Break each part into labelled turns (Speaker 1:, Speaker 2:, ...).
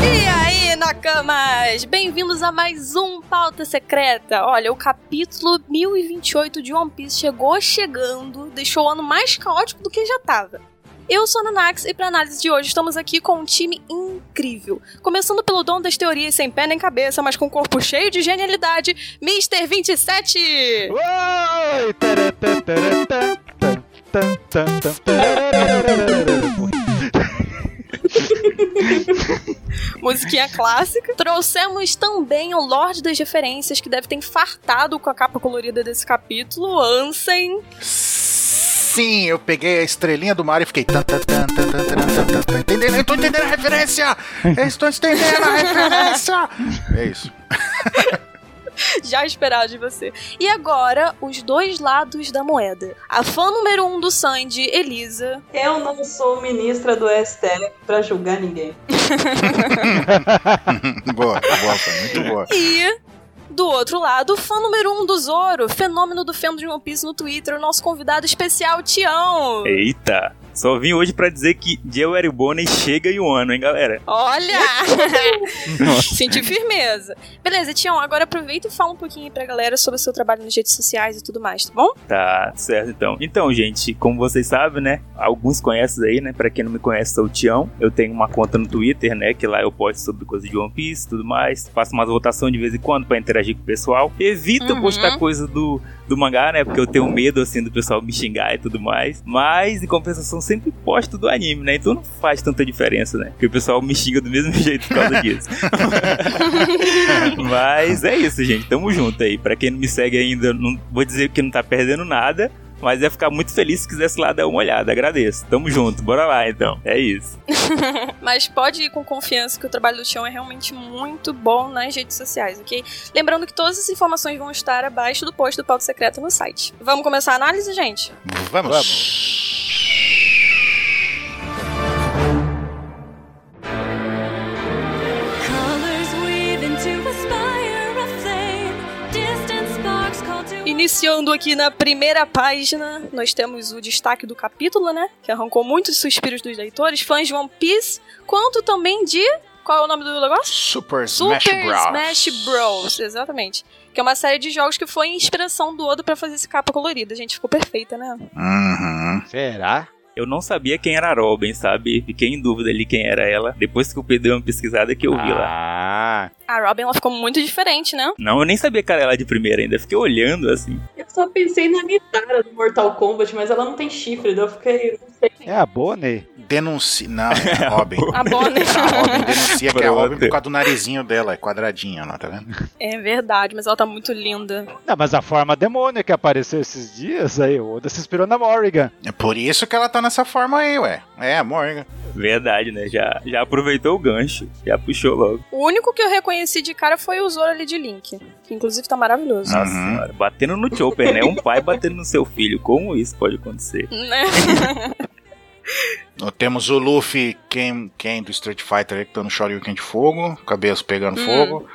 Speaker 1: E aí, Nakamas! Bem-vindos a mais um Pauta Secreta. Olha, o capítulo 1028 de One Piece chegou chegando, deixou o ano mais caótico do que já tava. Eu sou a Nanax e para análise de hoje estamos aqui com um time incrível. Começando pelo dono das teorias sem pé nem cabeça, mas com um corpo cheio de genialidade, Mr. 27!
Speaker 2: Oi! Tará, tá, tará, tá, tá, tá, tá, tá, tará.
Speaker 1: Musiquinha clássica. Trouxemos também o Lorde das Referências, que deve ter infartado com a capa colorida desse capítulo, Ansem.
Speaker 2: Sim, eu peguei a estrelinha do mar e fiquei. tan, tan, tan, tan, tan, tan, tan, tan, tan. Entendendo? Eu tô entendendo a referência! Eu estou entendendo a referência! É isso.
Speaker 1: Já esperado de você. E agora, os dois lados da moeda. A fã número um do Sandy, Elisa.
Speaker 3: Eu não sou ministra do STF pra julgar ninguém.
Speaker 2: boa, boa, foi muito boa.
Speaker 1: E. Do outro lado, fã número um do Zoro, fenômeno do fandom de One Piece no Twitter, o nosso convidado especial, Tião.
Speaker 4: Eita! Só vim hoje pra dizer que Jerry Bonner chega em um ano, hein, galera?
Speaker 1: Olha! Senti firmeza. Beleza, Tião, agora aproveita e fala um pouquinho pra galera sobre o seu trabalho nas redes sociais e tudo mais, tá bom?
Speaker 4: Tá, certo então. Então, gente, como vocês sabem, né? Alguns conhecem aí, né? Pra quem não me conhece, sou o Tião. Eu tenho uma conta no Twitter, né? Que lá eu posto sobre coisa de One Piece e tudo mais. Faço umas votações de vez em quando pra interagir com o pessoal. Evito
Speaker 1: Uhum.
Speaker 4: postar coisa do, do mangá, né? Porque eu tenho medo, assim, do pessoal me xingar e tudo mais. Mas, em compensação, sempre posto do anime, né? Então não faz tanta diferença, né? Porque o pessoal me xinga do mesmo jeito por causa disso. Mas é isso, gente. Tamo junto aí. Pra quem não me segue ainda, não vou dizer que não tá perdendo nada. Mas ia ficar muito feliz se quisesse lá dar uma olhada. Agradeço. Tamo junto. Bora lá, então. É isso.
Speaker 1: Mas pode ir com confiança que o trabalho do Tião é realmente muito bom nas redes sociais, ok? Lembrando que todas as informações vão estar abaixo do post do Pauta Secreta no site. Vamos começar a análise, gente?
Speaker 2: Vamos.
Speaker 5: Colors weaving to aspire a flame. Distant sparks call to
Speaker 1: Iniciando aqui na primeira página, nós temos o destaque do capítulo, né? Que arrancou muitos suspiros dos leitores, fãs de One Piece, quanto também de. Qual é o nome do negócio?
Speaker 2: Super
Speaker 1: Super
Speaker 2: Smash Bros.
Speaker 1: Smash Bros. Exatamente. Que é uma série de jogos que foi inspiração do Odo pra fazer essa capa colorida. Gente, ficou perfeita, né?
Speaker 2: Uhum.
Speaker 6: Será?
Speaker 4: Eu não sabia quem era a Robin, sabe? Fiquei em dúvida ali quem era ela. Depois que eu dei uma pesquisada que eu vi lá.
Speaker 6: Ah,
Speaker 1: A Robin, ela ficou muito diferente, né?
Speaker 4: Não, eu nem sabia que era ela de primeira ainda. Fiquei olhando assim.
Speaker 3: Eu só pensei na Mitara do Mortal Kombat, mas ela não tem chifre, daí eu fiquei. Não sei.
Speaker 6: é a Bonnie.
Speaker 2: Denuncia. Não, é a Robin.
Speaker 1: A Bonnie.
Speaker 2: A Robin denuncia que é a
Speaker 4: Pronto.
Speaker 2: Robin por causa do narizinho dela, é quadradinho, ó, tá vendo?
Speaker 1: é verdade, mas ela tá muito linda.
Speaker 6: Não, mas a forma demônio que apareceu esses dias aí, o Oda se inspirou na Morrigan.
Speaker 2: É por isso que ela tá nessa forma aí, ué. É, Morgan.
Speaker 4: Verdade, né? Já, já aproveitou o gancho. Já puxou logo.
Speaker 1: O único que eu reconheci de cara foi o Zoro ali de Link, que inclusive tá maravilhoso.
Speaker 4: Nossa
Speaker 2: Uhum.
Speaker 4: senhora. Batendo no Chopper, né? Um pai batendo no seu filho. Como isso pode acontecer?
Speaker 1: Né?
Speaker 2: Nós temos o Luffy, quem, quem do Street Fighter aí que tá no Shoryuken de fogo, cabeça pegando
Speaker 1: Hum.
Speaker 2: fogo.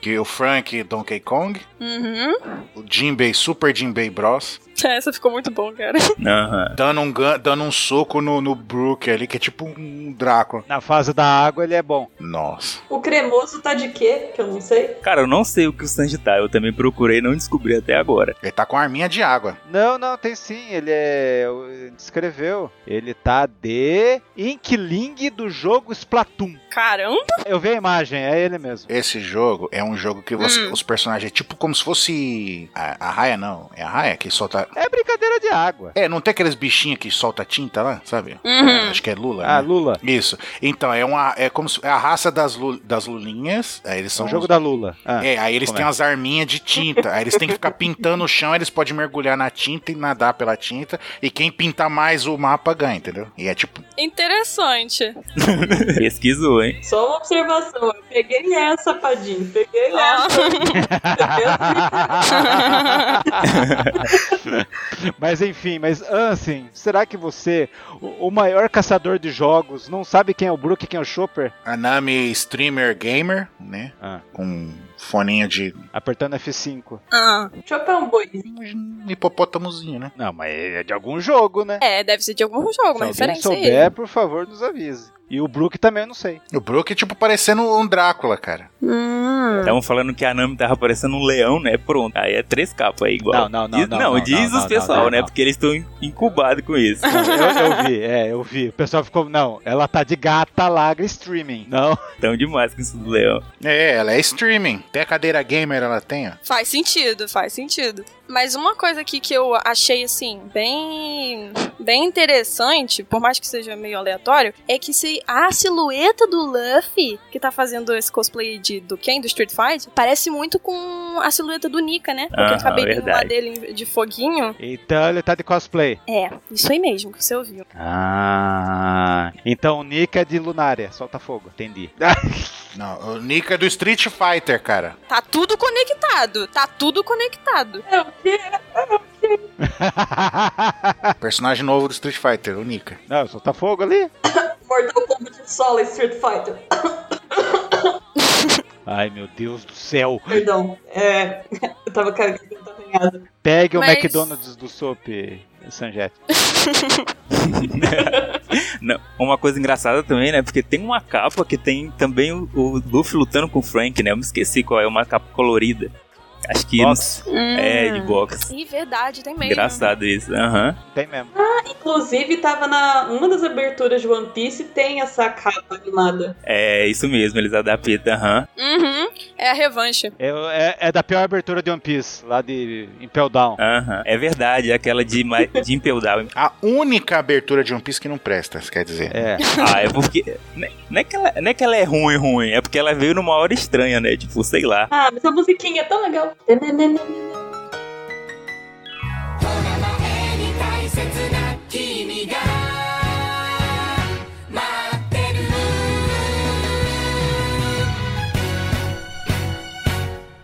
Speaker 2: Que o Frank Donkey Kong,
Speaker 1: Uhum.
Speaker 2: o Jinbei, Super Jinbei Bros,
Speaker 1: Essa ficou muito bom, cara.
Speaker 4: Aham.
Speaker 2: dando um, gun- dando um soco no, no Brook ali, que é tipo um Drácula.
Speaker 6: Na fase da água ele é bom.
Speaker 2: Nossa.
Speaker 3: O cremoso tá de quê? Que eu não sei.
Speaker 4: Cara, eu não sei o que o Sanji tá. Eu também procurei e não descobri até agora.
Speaker 2: Ele tá com a arminha de água.
Speaker 6: Não, não, tem sim, ele é. eu- Descreveu. Ele tá de. Inkling do jogo Splatoon.
Speaker 1: Caramba!
Speaker 6: Eu vi a imagem, é ele mesmo.
Speaker 2: Esse jogo é um jogo que você-
Speaker 1: Hum.
Speaker 2: os personagens é tipo como se fosse. A, a raia não. É a raia que solta.
Speaker 6: É brincadeira de água.
Speaker 2: É, não tem aqueles bichinhos que solta tinta lá, sabe?
Speaker 1: Uhum.
Speaker 2: Acho que é Lula.
Speaker 6: Ah,
Speaker 2: né?
Speaker 6: Lula.
Speaker 2: Isso. Então, é uma. É como se- é a raça das, lu- das lulinhas. Aí eles
Speaker 6: É
Speaker 2: são.
Speaker 6: o jogo
Speaker 2: os-
Speaker 6: da Lula. Ah.
Speaker 2: É, aí eles
Speaker 6: Como
Speaker 2: têm
Speaker 6: é?
Speaker 2: as arminhas de tinta. Aí eles têm que ficar pintando o chão, aí eles podem mergulhar na tinta e nadar pela tinta. E quem pintar mais o mapa ganha, entendeu? E é tipo.
Speaker 1: Interessante.
Speaker 4: Pesquisou, hein?
Speaker 3: Só uma observação. Eu peguei essa, Padim. Peguei
Speaker 1: Ah.
Speaker 3: essa.
Speaker 6: mas enfim, mas Ansem, será que você, o, o maior caçador de jogos, não sabe quem é o Brook e quem é o Chopper?
Speaker 2: Anami Streamer Gamer, né?
Speaker 6: Ah.
Speaker 2: Com foninho de.
Speaker 6: Apertando F5.
Speaker 1: Ah.
Speaker 3: Chopper é um boi.
Speaker 2: Um hipopótamozinho, né?
Speaker 6: Não, mas é de algum jogo, né?
Speaker 1: É, deve ser de algum jogo, uma
Speaker 6: Se alguém
Speaker 1: referência aí.
Speaker 6: souber, por favor, nos avise. E o Brook também eu não sei.
Speaker 2: O Brook é tipo parecendo um Drácula, cara.
Speaker 1: Hum.
Speaker 4: Estavam falando que a Nami tava parecendo um leão, né? Pronto. Aí é três capas aí, igual.
Speaker 6: Não, não, não,
Speaker 4: Diz,
Speaker 6: não, não,
Speaker 4: diz
Speaker 6: não,
Speaker 4: os
Speaker 6: não,
Speaker 4: pessoal,
Speaker 6: não,
Speaker 4: né?
Speaker 6: não.
Speaker 4: Porque eles estão incubados com isso.
Speaker 6: Eu, eu vi, é, eu vi. O pessoal ficou, não, ela tá de gata lagra streaming. Não,
Speaker 4: Tão demais com isso do leão.
Speaker 2: É, ela é streaming. Até cadeira gamer ela tem, ó.
Speaker 1: Faz sentido, faz sentido. Mas uma coisa aqui que eu achei, assim, bem, bem interessante, por mais que seja meio aleatório, é que se a silhueta do Luffy, que tá fazendo esse cosplay de, do Ken, do Street Fighter, parece muito com a silhueta do Nika, né? Porque
Speaker 4: Aham,
Speaker 1: o cabelinho lá
Speaker 4: verdade.
Speaker 1: dele de foguinho.
Speaker 6: então ele tá de cosplay.
Speaker 1: É, isso aí mesmo que você ouviu.
Speaker 6: Ah, então o Nick é de Lunária, solta fogo, entendi.
Speaker 2: Não, o Nick é do Street Fighter, cara.
Speaker 1: Tá tudo conectado, tá tudo conectado.
Speaker 3: É o quê?
Speaker 2: Personagem novo do Street Fighter, o Nika.
Speaker 6: não, solta fogo ali?
Speaker 3: Mortal Kombat Solo e Street Fighter.
Speaker 6: Ai meu Deus do céu.
Speaker 3: Perdão. É, eu tava com a garganta arranhada.
Speaker 6: Pegue o
Speaker 1: Mas-
Speaker 6: McDonald's do Soap, Sanjet.
Speaker 4: Não, uma coisa engraçada também, né? Porque tem uma capa que tem também o, o Luffy lutando com o Frank, né? Eu me esqueci qual é, uma capa colorida. Acho que.
Speaker 6: Box.
Speaker 4: É, de box.
Speaker 1: Ih, verdade, tem mesmo.
Speaker 4: Engraçado isso. Aham.
Speaker 6: Tem mesmo.
Speaker 3: Inclusive, tava na. Uma das aberturas de One Piece tem essa capa animada.
Speaker 4: É isso mesmo, eles adaptam. Aham.
Speaker 1: Uhum, é a revanche.
Speaker 6: É, é- é da pior abertura de One Piece, lá de Impel Down.
Speaker 4: Aham. É verdade, é aquela de, Ma- de Impel Down.
Speaker 2: A única abertura de One Piece que não presta, isso quer dizer.
Speaker 6: É.
Speaker 4: Ah, é porque. né- Não é, que ela, não é que ela é ruim, ruim. É porque ela veio numa hora estranha, né? Tipo, sei lá.
Speaker 3: Ah, mas a musiquinha é tão legal.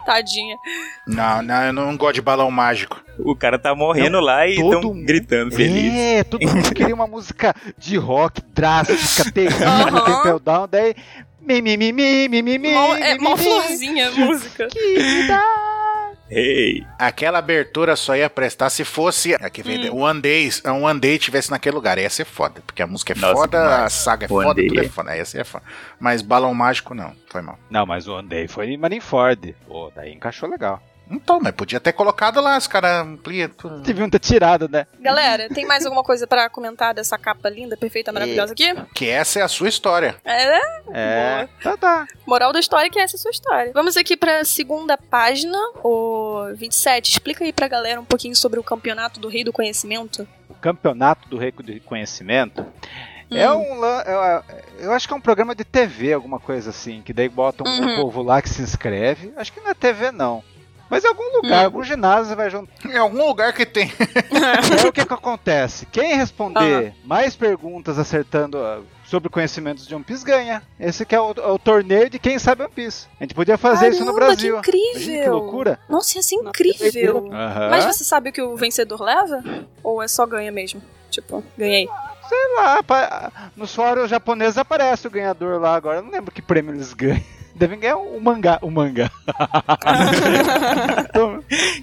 Speaker 1: Tadinha.
Speaker 2: Não, não, eu não gosto de balão mágico.
Speaker 4: O cara tá morrendo lá e
Speaker 6: todo
Speaker 4: tão
Speaker 6: mundo-
Speaker 4: gritando feliz.
Speaker 6: É, todo mundo queria uma música de rock drástica, terrível,
Speaker 1: Aham.
Speaker 6: uhum. Impel Down, daí. Mi, mi, mi, mi, mi, mi, mi,
Speaker 1: Mó, é
Speaker 6: mi,
Speaker 1: mó
Speaker 6: mi,
Speaker 1: florzinha a música.
Speaker 4: Ei,
Speaker 2: Aquela abertura só ia prestar se fosse. É que vem
Speaker 4: Hum.
Speaker 2: One Day, um One Day tivesse naquele lugar. Ia ser foda, porque a música é
Speaker 4: Nossa,
Speaker 2: foda, a saga é
Speaker 4: One
Speaker 2: foda,
Speaker 4: Day.
Speaker 2: tudo é foda. Ia ser foda. Mas balão mágico não, foi mal.
Speaker 6: Não, mas o Andei foi em Marineford. Pô, daí encaixou legal.
Speaker 2: Então, mas podia ter colocado lá, os caras ampliam tudo.
Speaker 6: Deviam ter tirado, né?
Speaker 1: Galera, tem mais alguma coisa pra comentar dessa capa linda, perfeita, maravilhosa aqui?
Speaker 6: Tipo-
Speaker 2: Que essa é a sua história.
Speaker 1: É,
Speaker 6: É. Tá, tá.
Speaker 1: moral da história é que essa é a sua história. Vamos aqui pra segunda página, o 27. Explica aí pra galera um pouquinho sobre o campeonato do Rei do Conhecimento.
Speaker 6: O Campeonato do Reconhecimento É
Speaker 1: Hum.
Speaker 6: um. lan- é- Eu acho que é um programa de TV, alguma coisa assim. Que daí botam um
Speaker 1: Uhum.
Speaker 6: povo lá que se inscreve. Acho que não é TV, não. Mas em algum lugar,
Speaker 1: Uhum.
Speaker 6: algum ginásio vai juntar.
Speaker 2: Em algum lugar que tem.
Speaker 6: Aí o que, que acontece? Quem responder mais perguntas acertando ah, sobre conhecimentos de One Piece ganha. Esse que é o, é o torneio de quem sabe One Piece. A gente podia fazer isso no
Speaker 1: Caramba,
Speaker 6: Brasil.
Speaker 1: Que
Speaker 6: Imagina
Speaker 1: incrível!
Speaker 6: que loucura.
Speaker 1: Nossa, ia ser incrível!
Speaker 6: Aham.
Speaker 1: Mas você sabe o que o vencedor leva? Ou é só ganha mesmo? Tipo, ganhei.
Speaker 6: Sei lá, Ah, pa- no suário japonês aparece o ganhador lá agora. Eu não lembro que prêmio eles ganham. Devem ganhar um mangá. Um mangá.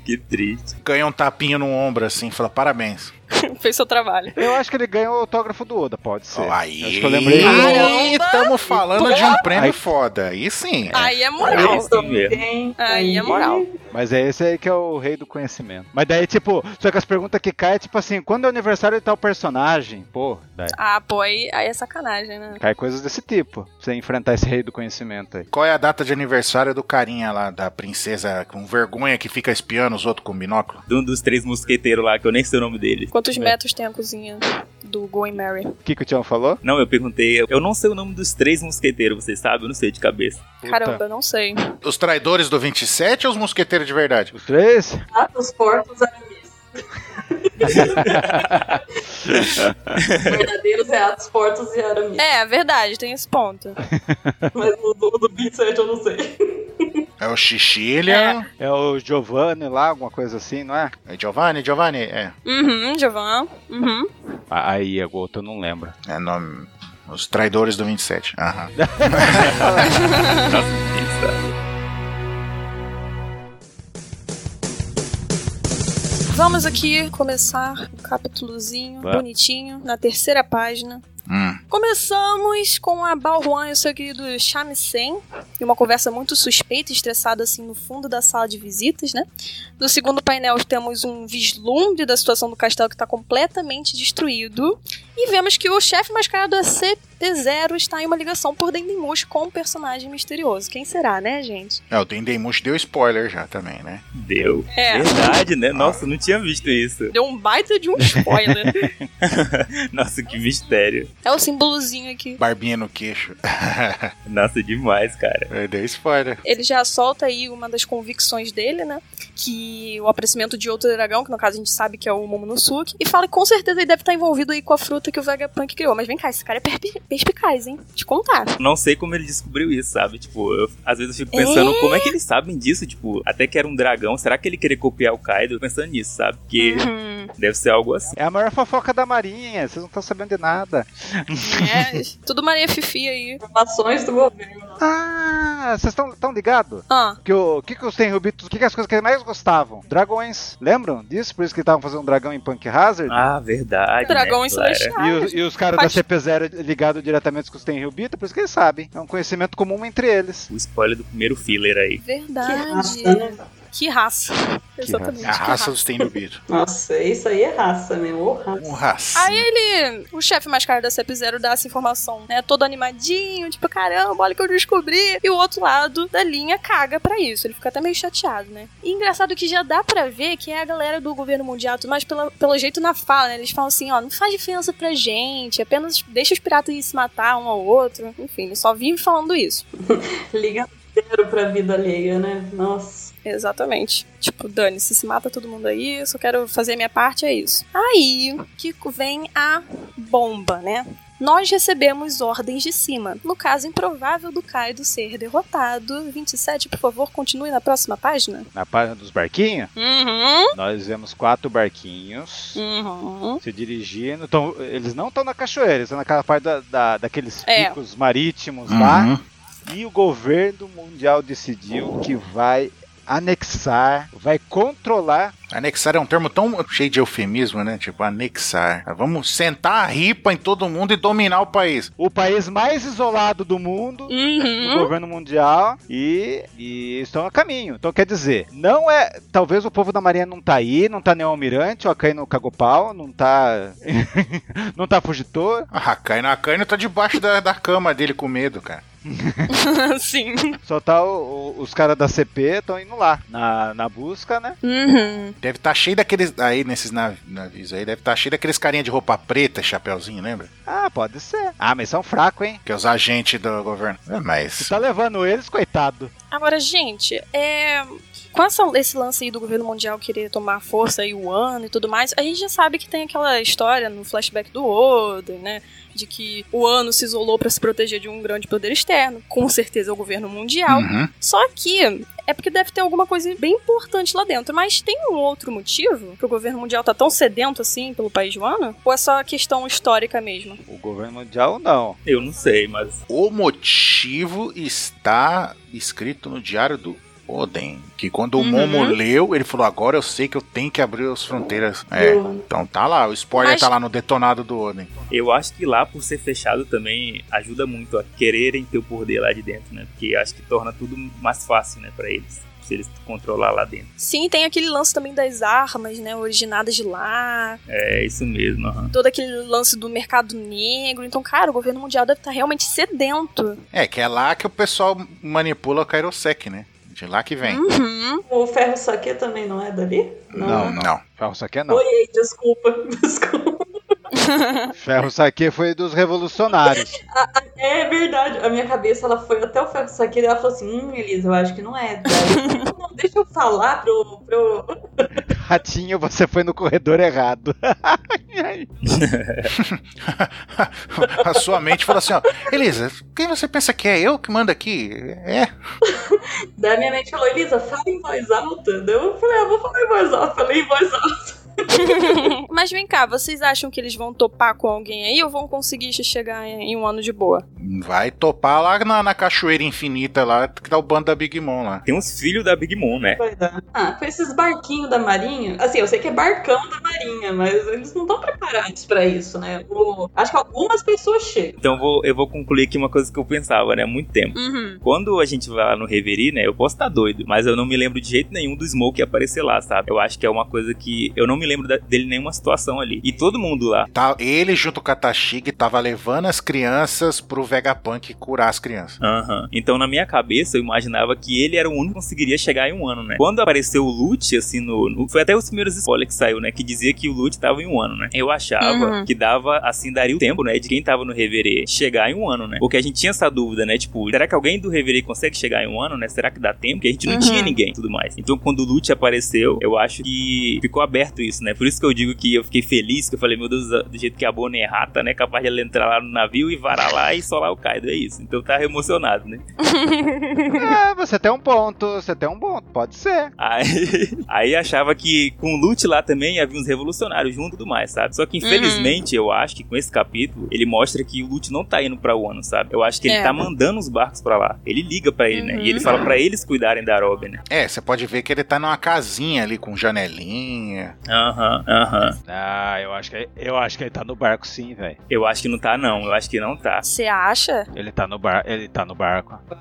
Speaker 4: que triste.
Speaker 2: Ganha um tapinha no ombro assim, fala parabéns.
Speaker 1: Fez seu trabalho.
Speaker 6: Eu acho que ele ganha o autógrafo do Oda, pode ser.
Speaker 2: Aí,
Speaker 6: Acho que eu lembrei.
Speaker 2: aí estamos falando de um
Speaker 6: Aí-
Speaker 2: prêmio foda. Aí sim.
Speaker 1: Aí é
Speaker 4: Aí
Speaker 1: moral.
Speaker 4: sim mesmo.
Speaker 3: Tem.
Speaker 1: Aí é moral.
Speaker 6: Mas é esse aí que é o rei do conhecimento. Mas daí, tipo, só que as perguntas que caem é tipo assim, quando é o aniversário de tal personagem? Pô, daí
Speaker 1: Ah, pô, aí, aí é sacanagem, né?
Speaker 6: cai coisas desse tipo. Pra você enfrentar esse rei do conhecimento aí.
Speaker 2: Qual é a data de aniversário do carinha lá, da princesa com vergonha que fica espiando os outros com binóculo?
Speaker 4: De um dos três mosqueteiros lá, que eu nem sei o nome dele.
Speaker 1: Quantos metros tem a cozinha do Going Mary?
Speaker 6: O que, que o Tião falou?
Speaker 4: Não, eu perguntei. Eu não sei o nome dos três mosqueteiros, vocês sabem? Eu não sei de cabeça.
Speaker 1: Caramba, eu não sei.
Speaker 2: Os traidores do 27 ou os mosqueteiros de verdade?
Speaker 6: Os três?
Speaker 3: Ah, os porcos aramis. Verdadeiros é atos portos e aramis.
Speaker 1: É, verdade, tem esse ponto.
Speaker 3: Mas o do, o do 27 eu não sei.
Speaker 2: É o Xixilha.
Speaker 6: É o Giovanni lá, alguma coisa assim, não é?
Speaker 2: É. Giovanni, Giovanni? É.
Speaker 1: Uhum, Giovanna. Uhum.
Speaker 6: Ah, Aí, a Goto eu não lembro.
Speaker 2: É nome. Os traidores do 27. Aham.
Speaker 4: Nossa, que triste.
Speaker 1: Vamos aqui começar o capítulozinho
Speaker 6: Vá.
Speaker 1: bonitinho, na terceira página.
Speaker 2: Hum.
Speaker 1: Começamos com a Balruan e o seu querido Shamisen, e uma conversa muito suspeita e estressada assim no fundo da sala de visitas, né? No segundo painel temos um vislumbre da situação do castelo que está completamente destruído e vemos que o chefe mascarado é CP0 está em uma ligação por Dendemush com um personagem misterioso. Quem será, né, gente?
Speaker 2: É, o Dendemush deu spoiler já também, né?
Speaker 4: Deu.
Speaker 1: É.
Speaker 4: Verdade, né? Nossa, não tinha visto isso.
Speaker 1: Deu um baita de um spoiler.
Speaker 4: Nossa, que mistério.
Speaker 1: é o símbolozinho aqui.
Speaker 2: Barbinha no queixo.
Speaker 4: Nossa, demais, cara.
Speaker 2: É, deu spoiler.
Speaker 1: ele já solta aí uma das convicções dele, né? Que o aparecimento de outro dragão, que no caso a gente sabe que é o Momonosuke, e fala que com certeza ele deve estar envolvido aí com a fruta que o Vegapunk criou. Mas vem cá, esse cara é perpi- perspicaz, hein? Te contar.
Speaker 4: Não sei como ele descobriu isso, sabe? Tipo, eu- às vezes eu fico pensando como é que eles sabem disso, tipo, até que era um dragão, será que ele queria copiar o Kaido? Pensando nisso, sabe? Que
Speaker 1: Uhum.
Speaker 4: deve ser algo assim.
Speaker 6: É a maior fofoca da marinha, vocês não estão sabendo de nada.
Speaker 1: É, tudo Maria Fifi aí.
Speaker 3: Informações do governo.
Speaker 6: Ah, vocês estão ligados?
Speaker 1: Ah,
Speaker 6: Que o que, que os Tenryubitos, o que, que as coisas que eles mais gostavam? Dragões. Lembram disso? Por isso que eles estavam fazendo um dragão em Punk Hazard?
Speaker 4: Ah, verdade. né,
Speaker 1: dragões
Speaker 4: Clara?
Speaker 6: E
Speaker 1: celestiais.
Speaker 6: os, e os caras
Speaker 1: Faz-
Speaker 6: da CP0 é ligados diretamente com os Tenryubitos, por isso que eles sabem. É um conhecimento comum entre eles.
Speaker 4: O spoiler do primeiro filler aí.
Speaker 1: Verdade.
Speaker 3: né?
Speaker 1: Que raça. Exatamente.
Speaker 2: A
Speaker 1: que
Speaker 2: raça dos Tenryubito.
Speaker 3: Nossa, isso aí é raça mesmo. Ô, raça.
Speaker 2: Um raça.
Speaker 1: Aí ele, o chefe mais caro da CP0 dá essa informação, né? Todo animadinho, tipo, caramba, olha o que eu descobri. E o outro lado da linha caga pra isso. Ele fica até meio chateado, né? E engraçado que já dá pra ver que é a galera do governo mundial, mas pela, pelo jeito na fala, né? Eles falam assim, ó, não faz diferença pra gente, apenas deixa os piratas ir se matar um ao outro. Enfim, ele só vive falando isso.
Speaker 3: Liga zero pra vida alheia, né? Nossa.
Speaker 1: Exatamente. Tipo, dane-se, se mata todo mundo aí, só quero fazer a minha parte, é isso. Aí que vem a bomba, né? Nós recebemos ordens de cima. No caso improvável do Kaido ser derrotado. 27, por favor, continue na próxima página.
Speaker 6: Na página dos barquinhos,
Speaker 1: Uhum.
Speaker 6: nós vemos quatro barquinhos.
Speaker 1: Uhum.
Speaker 6: Se dirigindo, então, eles não estão na cachoeira, eles estão naquela parte da, da- daqueles
Speaker 1: É.
Speaker 6: picos marítimos lá.
Speaker 2: Uhum.
Speaker 6: E o governo mundial decidiu que vai anexar, vai controlar.
Speaker 2: Anexar é um termo tão cheio de eufemismo, né? Tipo, anexar. Vamos sentar a ripa em todo mundo e dominar o país.
Speaker 6: O país mais isolado do mundo, do
Speaker 1: Uhum.
Speaker 6: governo mundial, e, e estão a caminho. Então quer dizer, não é. Talvez o povo da Marinha não tá aí, não tá nem o almirante, o Akai não cagou pau, não tá. não tá fugitor.
Speaker 2: A Kaina, a Kaina tá debaixo da, da cama dele com medo, cara.
Speaker 1: Sim.
Speaker 6: Só tá o- o- os caras da CP estão indo lá, na, na busca, né?
Speaker 1: Uhum.
Speaker 2: Deve estar cheio daqueles. Aí, nesses nav- navios aí, deve estar cheio daqueles carinha de roupa preta, chapeuzinho, lembra?
Speaker 6: Ah, pode ser. Ah, mas são fracos, hein?
Speaker 2: Que é os agentes do governo. É,
Speaker 6: Tu
Speaker 2: mas.
Speaker 6: tá levando eles, coitado.
Speaker 1: Agora, gente, é. Com essa- esse lance aí do governo mundial querer tomar força aí o ano e tudo mais, a gente já sabe que tem aquela história no flashback do Oda, né? De que o ano se isolou pra se proteger de um grande poder externo. Com certeza é o governo mundial.
Speaker 2: Uhum.
Speaker 1: Só que é porque deve ter alguma coisa bem importante lá dentro. Mas tem um outro motivo que o governo mundial tá tão sedento assim pelo país do ano? Ou é só questão histórica mesmo?
Speaker 6: O governo mundial não.
Speaker 4: Eu não sei, mas
Speaker 2: O motivo está escrito no diário do Oden. Que quando o
Speaker 1: Uhum.
Speaker 2: Momo leu, ele falou: Agora eu sei que eu tenho que abrir as fronteiras. É.
Speaker 3: Boa.
Speaker 2: Então tá lá, o spoiler
Speaker 1: Uhum. Mas-
Speaker 2: tá lá no detonado do Oden.
Speaker 4: eu acho que lá, por ser fechado, também ajuda muito a quererem ter o poder lá de dentro, né? Porque acho que torna tudo mais fácil, né, pra eles. Se eles controlar lá dentro.
Speaker 1: Sim, tem aquele lance também das armas, né? Originadas de lá.
Speaker 4: É isso mesmo, aham.
Speaker 1: todo aquele lance do mercado negro. Então, cara, o governo mundial deve estar realmente sedento.
Speaker 2: É, que é lá que o pessoal manipula o Kairosek, né? De lá que vem.
Speaker 1: Uhum.
Speaker 3: O ferro saque também não é dali?
Speaker 6: Não,
Speaker 2: Não,
Speaker 6: não.
Speaker 2: não.
Speaker 6: Ferro Saque é não.
Speaker 3: Oi, ei, desculpa, desculpa.
Speaker 6: Ferro Saque foi dos revolucionários.
Speaker 3: É verdade, a minha cabeça ela foi até o ferro saque e ela falou assim: Hum, Elisa, eu acho que não é. dali." não, não, deixa eu falar pro. pro...
Speaker 6: Ratinho, você foi no corredor errado.
Speaker 2: A sua mente fala assim: ó, Elisa, quem você pensa que é? Eu que mando aqui? É.
Speaker 3: Daí minha mente falou: Elisa, fala em voz alta. Daí eu falei: ah, vou falar em voz alta. Falei em voz alta.
Speaker 1: Mas vem cá, vocês acham que eles vão topar com alguém aí ou vão conseguir chegar em um ano de boa?
Speaker 2: Vai topar lá na, na cachoeira infinita lá, que tá o bando da Big Mom lá.
Speaker 4: Tem uns filhos da Big Mom, né?
Speaker 3: Vai dar. Ah, com esses barquinhos da Marinha. Assim, eu sei que é barcão da Marinha, mas eles não estão preparados pra isso, né? O- Acho que algumas pessoas chegam.
Speaker 4: Então eu vou, eu vou concluir aqui uma coisa que eu pensava, né? há Muito tempo.
Speaker 1: Uhum.
Speaker 4: Quando a gente vai lá no Reverie, né? Eu posso estar doido, mas eu não me lembro de jeito nenhum do Smoke aparecer lá, sabe? Eu acho que é uma coisa que eu não me lembro da- dele nenhuma situação ali. E todo mundo lá.
Speaker 2: Tá, ele junto com a Tashig tava levando as crianças pro Vegapunk curar as crianças.
Speaker 4: Aham. Então, na minha cabeça, eu imaginava que ele era o único que conseguiria chegar em um ano, né? Quando apareceu o Lute, assim, no, no- Foi até os primeiros spoilers que saiu, né? Que dizia que o Lute tava em um ano, né? Eu achava
Speaker 1: Uhum.
Speaker 4: que dava, assim, daria o tempo, né? De quem tava no Reverê chegar em um ano, né? Porque a gente tinha essa dúvida, né? Tipo, será que alguém do Reverê consegue chegar em um ano, né? Será que dá tempo? Porque a gente não
Speaker 1: Uhum.
Speaker 4: tinha ninguém e tudo mais. Então, quando o Lute apareceu, eu acho que ficou aberto isso, né? Por isso que eu digo que eu fiquei feliz, que eu falei, meu Deus, do jeito que a Bonnie é rata, né? Capaz de ela entrar lá no navio e varar lá e solar o Kaido. É isso. Então, eu tava emocionado, né?
Speaker 6: É, você tem um ponto, você tem um ponto, pode ser.
Speaker 4: Aí, aí achava que com o Lute lá também havia uns revolucionários junto e tudo mais, sabe? Só que infelizmente
Speaker 1: Uhum.
Speaker 4: eu acho que com esse capítulo ele mostra que o Lute não tá indo pra Wano, sabe? Eu acho que ele
Speaker 1: É.
Speaker 4: tá mandando os barcos pra lá. Ele liga pra ele, né?
Speaker 1: Uhum.
Speaker 4: E ele fala pra eles cuidarem da Robin, né?
Speaker 2: É, você pode ver que ele tá numa casinha ali com janelinha.
Speaker 4: Aham, aham.
Speaker 6: Ah, eu acho que eu acho que ele tá no barco sim, velho.
Speaker 4: Eu acho que não tá, não. Eu acho que não tá.
Speaker 1: Você acha?
Speaker 6: Ele tá no bar, ele tá no barco.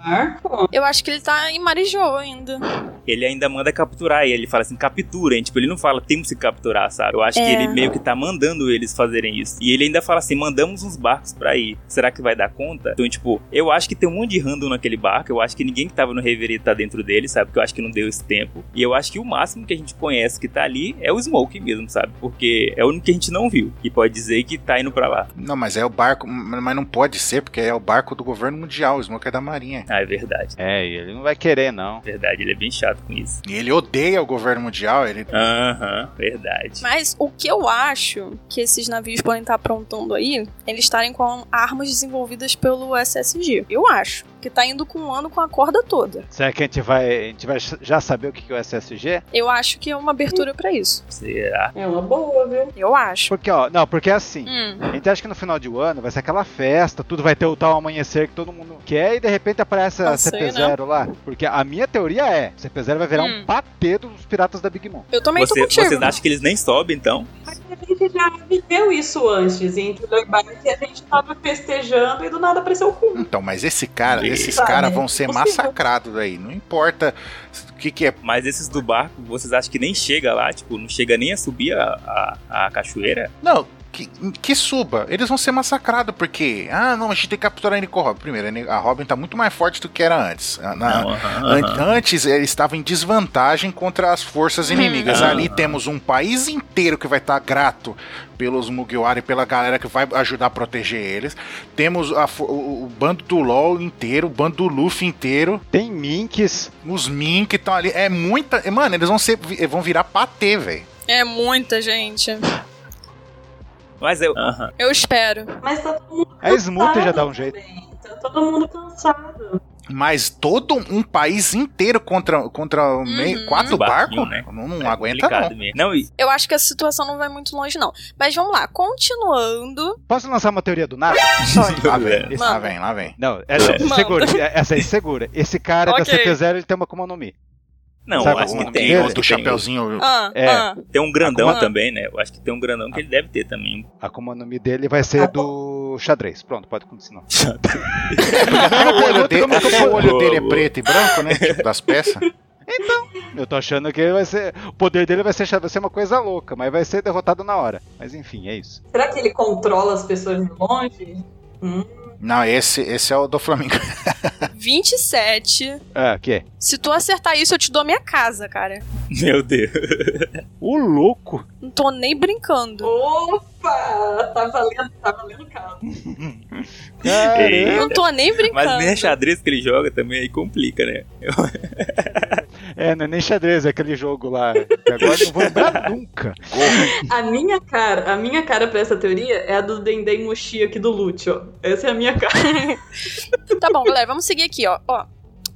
Speaker 3: Barco?
Speaker 1: Eu acho que ele tá em Marijô ainda.
Speaker 4: Ele ainda manda capturar e ele fala assim: capturem. Tipo, ele não fala temos que capturar, sabe? Eu acho
Speaker 1: É.
Speaker 4: que ele meio que tá mandando eles fazerem isso. E ele ainda fala assim: mandamos uns barcos pra ir. Será que vai dar conta? Então, tipo, eu acho que tem um monte de random naquele barco. Eu acho que ninguém que tava no Reverie tá dentro dele, sabe? Porque eu acho que não deu esse tempo. E eu acho que o máximo que a gente conhece que tá ali é o Smoke mesmo, sabe? Porque é o único que a gente não viu. E pode dizer que tá indo pra lá.
Speaker 2: Não, mas é o barco, m- mas não pode ser, porque é o barco do governo mundial, o Smoke é da Marinha.
Speaker 4: Ah, é verdade.
Speaker 6: É, e ele não vai querer não.
Speaker 4: Verdade, ele é bem chato com isso.
Speaker 2: E ele odeia o governo mundial, ele.
Speaker 4: Aham, verdade.
Speaker 1: Mas o que eu acho que esses navios podem estar aprontando aí é eles estarem com armas desenvolvidas pelo SSG. Eu acho. Que tá indo com um ano com a corda toda.
Speaker 6: Será que a gente vai, a gente vai já saber o que que é o SSG?
Speaker 1: Eu acho que é uma abertura pra isso.
Speaker 6: Tá.
Speaker 4: Será?
Speaker 3: É uma boa, viu?
Speaker 1: Eu acho.
Speaker 6: Porque ó, não, porque é assim.
Speaker 1: Hum.
Speaker 6: A gente acha que no final de um ano vai ser aquela festa, tudo vai ter o tal amanhecer que todo mundo quer e de repente aparece a
Speaker 1: Não sei, né?
Speaker 6: CP0 lá. Porque a minha teoria é: CP0 vai virar
Speaker 1: Hum.
Speaker 6: um patê dos piratas da Big Mom.
Speaker 1: Eu também
Speaker 4: Você-
Speaker 1: tô contigo.
Speaker 4: vocês acham que eles nem sobem, então?
Speaker 3: Mas a gente já viveu isso antes, em Thriller Bark, a gente tava festejando e do nada apareceu o cu.
Speaker 2: Então, mas esse cara,
Speaker 4: Ele-
Speaker 2: esses
Speaker 3: Tá,
Speaker 2: caras
Speaker 3: né?
Speaker 2: vão ser
Speaker 3: Possível.
Speaker 2: massacrados aí. Não importa o que, que é.
Speaker 4: Mas esses do barco, vocês acham que nem chega lá? Tipo, não chega nem a subir a, a, a cachoeira?
Speaker 2: Não, que, que suba. Eles vão ser massacrados, porque. Ah, não, a gente tem que capturar a Nico Robin. Primeiro, a Ni- a Robin tá muito mais forte do que era antes. Na- na-
Speaker 4: Não, aham,
Speaker 2: An-
Speaker 4: aham.
Speaker 2: Antes ele estava em desvantagem contra as forças inimigas.
Speaker 4: Uhum.
Speaker 2: Ali temos um país inteiro que vai estar grato pelos Mugiwara e pela galera que vai ajudar a proteger eles. Temos a fo- o, o bando do LoL inteiro, o bando do Luffy inteiro,
Speaker 6: Tem Minks.
Speaker 2: os Min que estão ali. É muita. Mano, eles vão ser vi- eh, vão virar patê, velho.
Speaker 1: É muita gente.
Speaker 4: Mas eu. é aham.
Speaker 1: Eu espero.
Speaker 3: Mas tá todo mundo
Speaker 6: A Smooth já dá um jeito.
Speaker 3: bem, tá todo mundo cansado.
Speaker 2: Mas todo um país inteiro contra contra o meio-
Speaker 1: Uhum.
Speaker 2: quatro
Speaker 4: Barquinho,
Speaker 2: barcos,
Speaker 4: né?
Speaker 2: não, não
Speaker 4: É
Speaker 2: aguenta
Speaker 4: complicado
Speaker 2: não.
Speaker 4: mesmo. Não, e-
Speaker 1: Eu acho que essa situação não vai muito longe, não. Mas vamos lá, continuando.
Speaker 6: Posso lançar uma teoria do nada?
Speaker 2: Lá vem,
Speaker 1: Manda.
Speaker 2: lá vem, lá vem.
Speaker 6: Não, essa é
Speaker 1: Manda.
Speaker 6: segura. Essa aí segura. Esse cara
Speaker 1: Ok.
Speaker 6: da CP0 ele tem uma Akuma no Mi.
Speaker 4: não,
Speaker 6: Sabe
Speaker 4: acho
Speaker 6: o
Speaker 4: que
Speaker 6: nome
Speaker 4: tem.
Speaker 6: dele?
Speaker 4: acho que
Speaker 2: do
Speaker 4: tem. um,
Speaker 2: chapeuzinho
Speaker 1: Ah,
Speaker 6: É.
Speaker 1: ah.
Speaker 4: Tem um grandão
Speaker 1: Akuma.
Speaker 4: também, né? Eu acho que tem um grandão que ele deve ter também.
Speaker 6: A Akuma no Mi dele vai ser do xadrez. Pronto, pode continuar.
Speaker 2: Até o olho, dele,
Speaker 1: um
Speaker 6: Como que
Speaker 2: até
Speaker 6: foi?
Speaker 2: o olho dele é
Speaker 4: Boa,
Speaker 2: preto e branco, né? Tipo das peças.
Speaker 6: Eu tô achando que ele vai ser. O poder dele vai ser, vai ser uma coisa louca, mas vai ser derrotado na hora. Mas enfim, é isso.
Speaker 3: Será que ele controla as pessoas de longe? Hum,
Speaker 2: Não, esse, esse é o do Flamengo.
Speaker 1: 27.
Speaker 6: Ah, o quê?
Speaker 1: Se tu acertar isso, eu te dou minha casa, cara.
Speaker 4: Meu Deus.
Speaker 6: O louco!
Speaker 1: Não tô nem brincando.
Speaker 3: Opa! Tá valendo, tá valendo caro.
Speaker 4: Ei.
Speaker 1: Não tô nem brincando.
Speaker 4: Mas nem a xadrez que ele joga também aí complica, né?
Speaker 6: É, não é nem xadrez, é aquele jogo lá. Que agora eu não vou lembrar nunca.
Speaker 3: A minha cara, a minha cara pra essa teoria é a do Dendem Mushi aqui do Lute, ó. Essa é a minha cara.
Speaker 1: Tá bom, galera, vamos seguir aqui, ó. ó.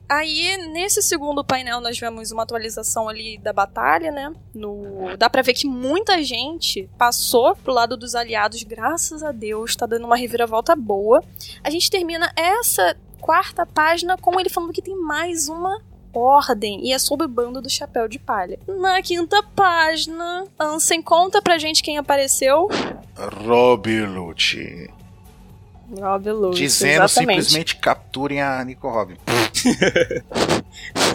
Speaker 1: Aí, nesse segundo painel, nós vemos uma atualização ali da batalha, né? No... Dá pra ver que muita gente passou pro lado dos aliados, graças a Deus, tá dando uma reviravolta boa. A gente termina essa quarta página com ele falando que tem mais uma ordem e é sob o bando do Chapéu de Palha. Na quinta página, Ansem conta pra gente quem apareceu.
Speaker 2: Rob Lucci.
Speaker 1: Rob Lute,
Speaker 2: Dizendo
Speaker 1: exatamente.
Speaker 2: simplesmente capturem a Nico Robin.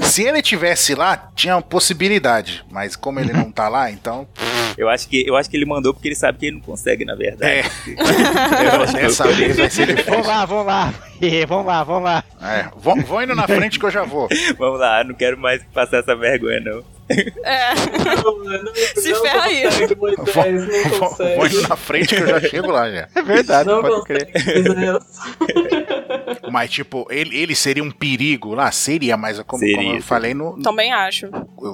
Speaker 2: Se ele tivesse lá, tinha uma possibilidade. Mas como ele não tá lá, então.
Speaker 4: Eu acho, que, eu acho que ele mandou porque ele sabe que ele não consegue, na verdade.
Speaker 2: É.
Speaker 4: Eu acho que
Speaker 2: Dessa
Speaker 4: eu-
Speaker 2: vez vai ser
Speaker 6: Vamos
Speaker 2: difícil.
Speaker 6: lá, vamos lá. vamos lá, vamos lá.
Speaker 2: É, vão, vão indo na frente que eu já vou.
Speaker 4: Vamos lá, não quero mais passar essa vergonha, não.
Speaker 1: É,
Speaker 3: Se
Speaker 1: ferra aí.
Speaker 3: Moisés, não
Speaker 2: Vão, vão
Speaker 3: consegue.
Speaker 2: indo na frente que eu já chego lá já.
Speaker 6: É verdade,
Speaker 3: Não né?
Speaker 6: pode crer.
Speaker 3: consegue, Moisés.
Speaker 2: Mas, tipo, ele, ele seria um perigo lá? Seria, mas como,
Speaker 4: Seria,
Speaker 2: como eu
Speaker 4: seria.
Speaker 2: falei no,
Speaker 1: também acho.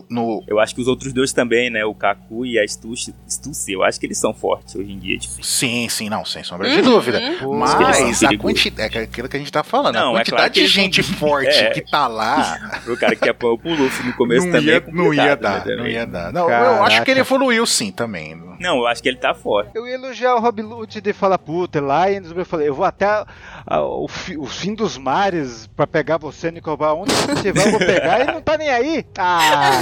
Speaker 2: no.
Speaker 4: Eu acho que os outros dois também, né? O Kaku e a Stussy, Stussy, eu acho que eles são fortes hoje em dia. Tipo.
Speaker 2: Sim, sim, não, sem sombra de dúvida.
Speaker 6: Uhum.
Speaker 2: Mas
Speaker 4: Perigoso.
Speaker 2: a quantidade. É aquilo que a gente tá falando.
Speaker 4: um Não,
Speaker 2: a
Speaker 4: é
Speaker 2: quantidade
Speaker 4: claro
Speaker 2: de
Speaker 4: que eles não-
Speaker 2: gente forte
Speaker 4: É.
Speaker 2: que tá lá.
Speaker 4: Pro cara que apanhou pro Luffy no começo
Speaker 2: não
Speaker 4: também. é
Speaker 2: ia,
Speaker 4: complicado,
Speaker 2: não ia
Speaker 4: né,
Speaker 2: dar,
Speaker 4: também.
Speaker 2: não ia dar. Não, eu
Speaker 6: Caraca.
Speaker 2: acho que ele evoluiu sim também.
Speaker 4: Não, eu acho que ele tá forte.
Speaker 6: Eu ia elogiar o Rob Lute de falar, puta, lá e eu falei, eu vou até ah, o, fi- o fim dos mares pra pegar você, Nicobar, onde você estiver, eu vou pegar e não tá nem aí. Ah,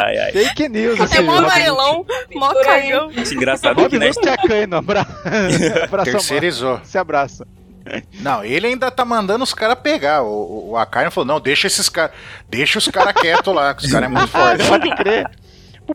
Speaker 4: Ai, ai.
Speaker 6: fake news.
Speaker 1: É
Speaker 6: esse
Speaker 1: mó
Speaker 6: Rob
Speaker 1: amarelão, mó
Speaker 3: Por aí.
Speaker 1: cagão.
Speaker 4: Acho engraçado
Speaker 6: Rob
Speaker 4: que, né?
Speaker 6: Lute é cano, abra... abraça mano.
Speaker 2: Terceirizou.
Speaker 6: Se abraça.
Speaker 2: Não, ele ainda tá mandando os caras pegar. O, o, o Akainu falou: não, deixa esses caras. Deixa os caras quietos lá, que os caras é muito
Speaker 6: Ah,
Speaker 2: forte.
Speaker 6: pode crer.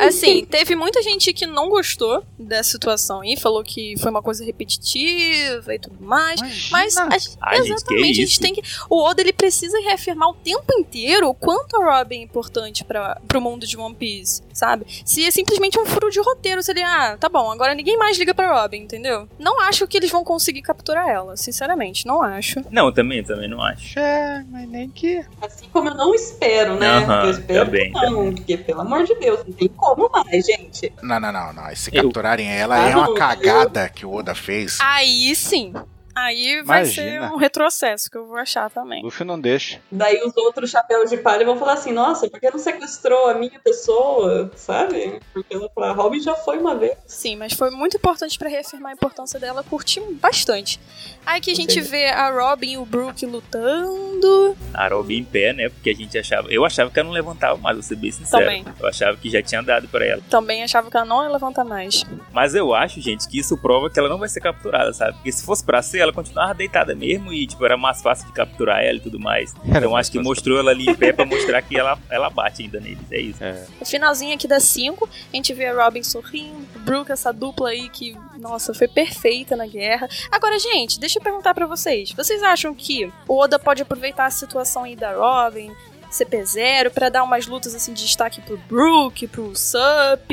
Speaker 1: Assim, teve muita gente que não gostou dessa situação aí, falou que foi uma coisa repetitiva e tudo mais. Mas a gente-
Speaker 4: Ai, gente, que
Speaker 1: exatamente, a gente
Speaker 4: isso.
Speaker 1: tem que. O Oda ele precisa reafirmar o tempo inteiro o quanto a Robin é importante para pro mundo de One Piece, sabe? Se é simplesmente um furo de roteiro, se ele, ah, tá bom, agora ninguém mais liga pra Robin, entendeu? Não acho que eles vão conseguir capturar ela, sinceramente, não acho.
Speaker 4: Não, eu também, eu também não acho.
Speaker 6: É, mas nem que.
Speaker 3: Assim como eu não espero, né?
Speaker 4: Aham,
Speaker 3: eu espero
Speaker 4: também,
Speaker 3: que não, porque pelo amor de Deus, não tem como mais, gente.
Speaker 2: Não, não, não, não. E Se
Speaker 4: Eu-
Speaker 2: capturarem ela,
Speaker 3: Ah,
Speaker 2: é uma
Speaker 3: não.
Speaker 2: cagada que o Oda fez.
Speaker 1: Ah, Aí sim. Aí vai
Speaker 6: Imagina.
Speaker 1: ser um retrocesso que eu vou achar também.
Speaker 6: Luffy não deixa.
Speaker 3: Daí os outros chapéus de palha vão falar assim, nossa, por que não sequestrou a minha pessoa, sabe? Porque ela fala, Robin já foi uma vez.
Speaker 1: Sim, mas foi muito importante pra reafirmar a importância dela, curti bastante. Aí que a gente vê a Robin e o Brook lutando.
Speaker 4: A Robin em pé, né? Porque a gente achava. Eu achava que ela não levantava mais, vou ser bem sincero.
Speaker 1: Também.
Speaker 4: Eu achava que já tinha dado pra ela.
Speaker 1: Também achava que ela não ia levantar mais.
Speaker 4: Mas eu acho, gente, que isso prova que ela não vai ser capturada, sabe? Porque se fosse pra ser, ela continuava deitada mesmo e, tipo, era mais fácil de capturar ela e tudo mais. Então acho que mostrou ela ali em pé pra mostrar que ela, ela bate ainda neles. É isso.
Speaker 1: No finalzinho aqui das 5, a gente vê a Robin sorrindo, o Brook, essa dupla aí que, nossa, foi perfeita na guerra. Agora, gente, deixa eu perguntar pra vocês. Vocês acham que o Oda pode aproveitar a situação aí da Robin, CP0, pra dar umas lutas assim de destaque pro Brook, pro Sup?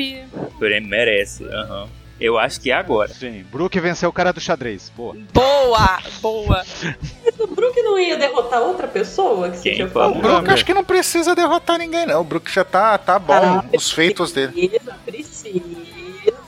Speaker 4: Porém, merece. Aham. Eu acho que é agora.
Speaker 6: Sim, Brook venceu o cara do xadrez. Boa.
Speaker 1: Boa! Boa!
Speaker 3: Mas o Brook não ia derrotar outra pessoa que você
Speaker 4: Quem
Speaker 3: tinha
Speaker 4: falou?
Speaker 2: O
Speaker 3: falado?
Speaker 2: Brook acho que não precisa derrotar ninguém, não. O Brook já tá, tá bom.
Speaker 3: Caraca,
Speaker 2: os feitos dele.
Speaker 3: Precisa, precisa.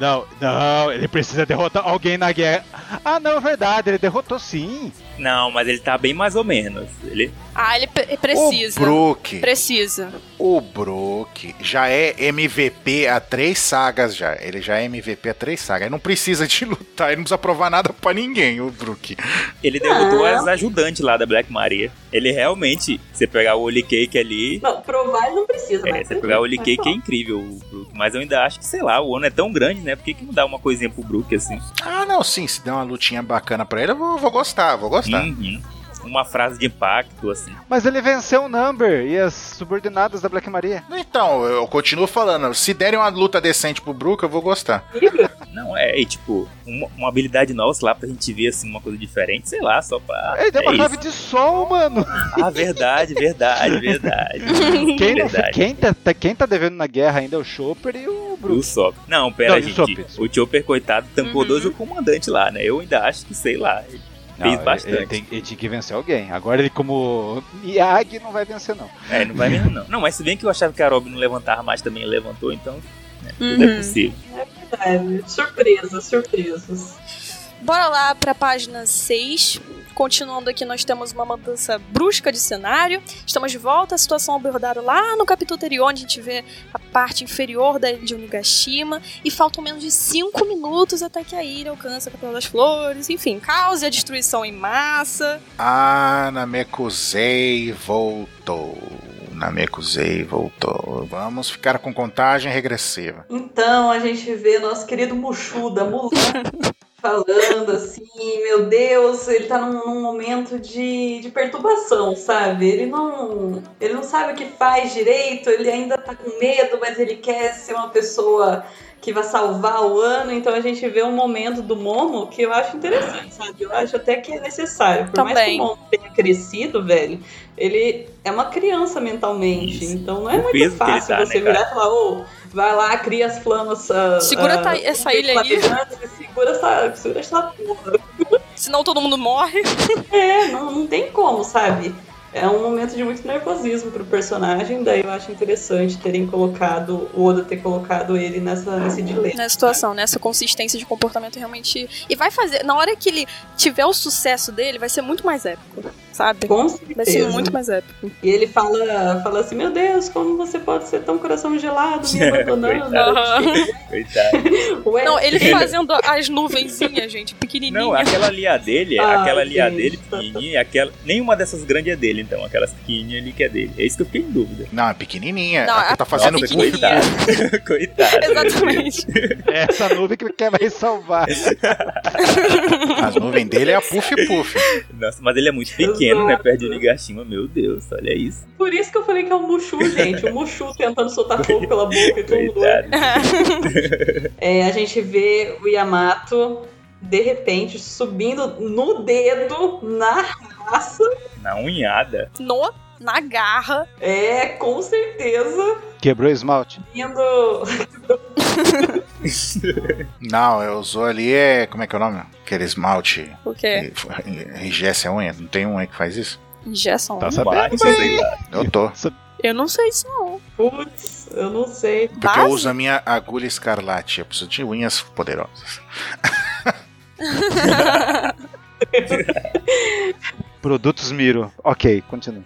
Speaker 6: Não, não, ele precisa derrotar alguém na guerra. Ah, não, é verdade, ele derrotou sim.
Speaker 4: Não, mas ele tá bem mais ou menos. Ele
Speaker 1: Ah, ele pre- precisa.
Speaker 2: O Brook.
Speaker 1: Precisa.
Speaker 2: O Brook já é MVP há três sagas já. Ele já é MVP há três sagas. Ele não precisa de lutar, ele não precisa provar nada pra ninguém, o Brook.
Speaker 4: Ele derrotou
Speaker 3: Ah.
Speaker 4: as ajudantes lá da Black Maria. Ele realmente, você pegar o Holy Cake ali.
Speaker 3: Não, provar ele não precisa,
Speaker 4: É,
Speaker 3: mas
Speaker 4: você pegar o Holy Cake é incrível, o Brook. Mas eu ainda acho que, sei lá, o Ono é tão grande, né? Por que, que não dá uma coisinha pro Brook assim?
Speaker 2: Ah, não, sim, se der uma lutinha bacana pra ele, eu vou, vou gostar, vou
Speaker 6: Tá.
Speaker 2: gostar.
Speaker 4: Uhum. Uma frase de impacto, assim.
Speaker 6: Mas ele venceu o Number e as subordinadas da Black Maria.
Speaker 2: Então, eu continuo falando, se derem uma luta decente pro Brook, eu vou gostar.
Speaker 3: incrível.
Speaker 4: Não, é, e, tipo, uma, uma habilidade nossa lá pra gente ver, assim, uma coisa diferente, sei lá, só pra.
Speaker 6: Ele deu
Speaker 4: é
Speaker 6: uma
Speaker 4: isso.
Speaker 6: nave de sol, mano.
Speaker 4: Ah, verdade, verdade, verdade.
Speaker 6: Quem,
Speaker 4: verdade.
Speaker 6: quem, tá, tá- quem tá devendo na guerra ainda é o Chopper e o
Speaker 4: E O
Speaker 6: Brook.
Speaker 4: Sop. Não, pera,
Speaker 6: Não, e o
Speaker 4: gente.
Speaker 6: Sop?
Speaker 4: O Chopper, coitado, tampou
Speaker 1: Uhum.
Speaker 4: dois o comandante lá, né? Eu ainda acho que, sei lá, ele
Speaker 6: Não,
Speaker 4: fez
Speaker 6: ele-
Speaker 4: bastante.
Speaker 6: Ele, tem- ele tinha que vencer alguém. Agora ele, como Yagi, não vai vencer, não.
Speaker 4: É, não vai mesmo não. Não, mas se bem que eu achava que a Robin não levantava mais também, levantou, então tudo é
Speaker 1: Uhum.
Speaker 4: possível.
Speaker 3: É verdade. Surpresas, surpresas.
Speaker 1: Bora lá pra página 6, Continuando aqui, nós temos uma mudança brusca de cenário. Estamos de volta à situação abordaram lá no capítulo anterior, onde a gente vê a parte inferior da ilha de Onigashima. E faltam menos de 5 minutos até que a ilha alcance a capital das flores. Enfim, caos e a destruição em massa.
Speaker 2: Ah, Namekusei voltou. Namekusei voltou. Vamos ficar com contagem regressiva.
Speaker 3: Então a gente vê nosso querido Mushu da Mulan falando assim, meu Deus, ele tá num, num momento de, de perturbação, sabe? Ele não, ele não sabe o que faz direito, ele ainda tá com medo, mas ele quer ser uma pessoa que vai salvar o ano, então a gente vê um momento do Momo que eu acho interessante, sabe? Eu acho até que é necessário. Por mais que
Speaker 1: Também.
Speaker 3: o Momo tenha crescido, velho, ele é uma criança mentalmente,
Speaker 4: Isso.
Speaker 3: então não é
Speaker 4: O
Speaker 3: muito
Speaker 4: peso que ele
Speaker 3: fácil
Speaker 4: tá, né,
Speaker 3: você virar e falar, ô, vai lá, cria as flamas. ah,
Speaker 1: Segura
Speaker 3: ah,
Speaker 1: tá- essa
Speaker 3: os
Speaker 1: ilha aí.
Speaker 3: laterantes e Segura essa, segura essa porra.
Speaker 1: Senão todo mundo morre.
Speaker 3: É, não, não tem como, sabe? É um momento de muito nervosismo pro personagem, daí eu acho interessante terem colocado, o Oda ter colocado ele nessa, nesse dilema. né?
Speaker 1: nessa né, situação, nessa consistência de comportamento realmente. E vai fazer. Na hora que ele tiver o sucesso dele, vai ser muito mais épico, sabe?
Speaker 3: Com
Speaker 1: Vai ser
Speaker 3: certeza.
Speaker 1: muito mais épico.
Speaker 3: E ele fala, fala assim, meu Deus, como você pode ser tão coração gelado, me abandonando?
Speaker 1: Aham.
Speaker 4: Coitado.
Speaker 3: Ué,
Speaker 1: Não, é- ele fazendo as nuvenzinhas, gente, pequenininha.
Speaker 4: Não, aquela ali é a dele,
Speaker 3: Ah,
Speaker 4: aquela ali é a
Speaker 3: gente.
Speaker 4: dele,
Speaker 1: tá
Speaker 4: pequenininha, e aquela... Nenhuma dessas grandes é dele, então. Aquelas pequenininhas ali que é dele. É isso que eu fiquei em dúvida.
Speaker 2: Não, é pequenininha.
Speaker 1: Não,
Speaker 2: Ela
Speaker 1: a-
Speaker 2: tá fazendo
Speaker 1: Nossa,
Speaker 2: buff.
Speaker 1: pequenininha.
Speaker 4: coitado. coitado.
Speaker 1: Exatamente.
Speaker 6: É essa nuvem que quer mais salvar.
Speaker 2: As nuvens dele é a puff puff.
Speaker 4: Nossa, mas ele é muito pequeno, né? Perto de Onigashima, meu Deus, olha isso.
Speaker 3: Por isso que eu falei que é o Mushu, gente. O Mushu tentando soltar fogo pela boca e tudo.
Speaker 4: Coitado.
Speaker 3: É, a gente vê o Yamato, de repente, subindo no dedo, na raça.
Speaker 4: Na unhada.
Speaker 1: no, na garra.
Speaker 3: É, com certeza,
Speaker 6: Quebrou o esmalte.
Speaker 3: vindo
Speaker 6: Tá
Speaker 2: Não, eu usou ali é. Como é que é o nome? Aquele esmalte.
Speaker 1: O quê?
Speaker 2: que Enrijece a unha. Não tem um aí que faz isso?
Speaker 1: Injeção.
Speaker 6: Tá
Speaker 4: um
Speaker 6: sabendo,
Speaker 4: bate,
Speaker 6: hein?
Speaker 4: sei lá.
Speaker 2: Eu tô.
Speaker 1: é Eu não sei isso, não.
Speaker 3: Putz, eu não sei.
Speaker 2: Porque eu
Speaker 1: Base?
Speaker 2: uso a minha agulha escarlate. Eu preciso de unhas poderosas.
Speaker 6: Produtos Miro. Ok, continua.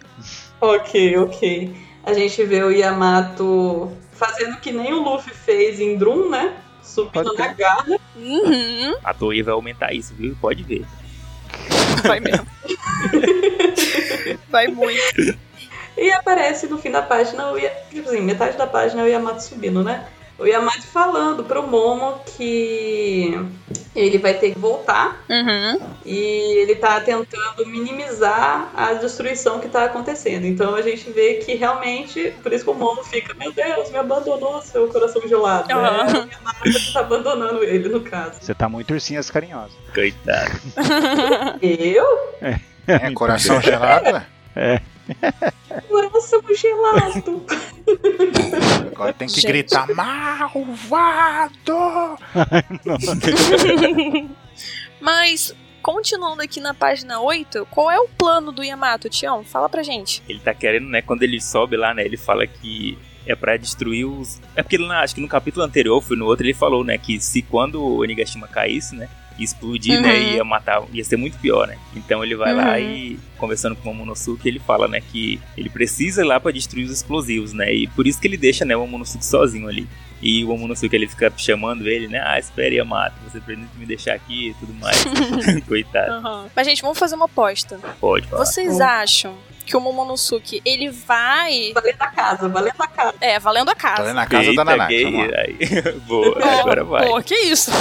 Speaker 3: Ok, ok. A gente vê o Yamato fazendo que nem o Luffy fez em Drum, né? Subindo
Speaker 6: Pode
Speaker 3: na garra.
Speaker 1: Uhum,
Speaker 4: A Toei vai aumentar isso, viu? Pode ver.
Speaker 1: vai mesmo. vai muito.
Speaker 3: E aparece no fim da página, o Ya- tipo assim, metade da página é o Yamato subindo, né? O Yamato falando pro Momo que ele vai ter que voltar
Speaker 1: Uhum.
Speaker 3: e ele tá tentando minimizar a destruição que tá acontecendo. Então a gente vê que realmente, por isso que o Momo fica, meu Deus, me abandonou, seu coração gelado. né?
Speaker 1: Aham.
Speaker 3: É o Yamato que tá abandonando ele, no caso.
Speaker 6: Você tá muito ursinhas carinhosas.
Speaker 4: Coitado.
Speaker 3: Eu?
Speaker 2: É, coração gelado? né?
Speaker 3: Coração gelado!
Speaker 2: Agora tem que
Speaker 1: Gente.
Speaker 2: gritar malvado!
Speaker 1: Mas, continuando aqui na página 8, qual é o plano do Yamato, Tião? Fala pra gente.
Speaker 4: Ele tá querendo, né? Quando ele sobe lá, né? Ele fala que é pra destruir os. É porque lá, acho que no capítulo anterior, foi no outro, ele falou, né? Que se quando o Onigashima caísse, né? ia Explodir, né?
Speaker 1: Uhum.
Speaker 4: Ia matar, ia ser muito pior, né? Então ele vai
Speaker 1: Uhum.
Speaker 4: lá e, conversando com o Momonosuke, ele fala, né? Que ele precisa ir lá pra destruir os explosivos, né? E por isso que ele deixa, né? O Momonosuke sozinho ali. E o Momonosuke ele fica chamando ele, né? Ah, espere, Yamato, você precisa me deixar aqui e tudo mais. Coitado,
Speaker 1: Mas, gente, vamos fazer uma aposta.
Speaker 4: pode falar.
Speaker 1: Vocês
Speaker 3: Hum.
Speaker 1: acham que o Momonosuke, ele vai...
Speaker 3: Valendo a casa, valendo a casa.
Speaker 1: É, valendo a
Speaker 2: Tô
Speaker 1: casa.
Speaker 2: ali Tá na casa
Speaker 4: Eita,
Speaker 2: da Nanaki.
Speaker 4: gay,
Speaker 2: vamos lá.
Speaker 4: aí. Boa, agora vai.
Speaker 1: Pô, que isso?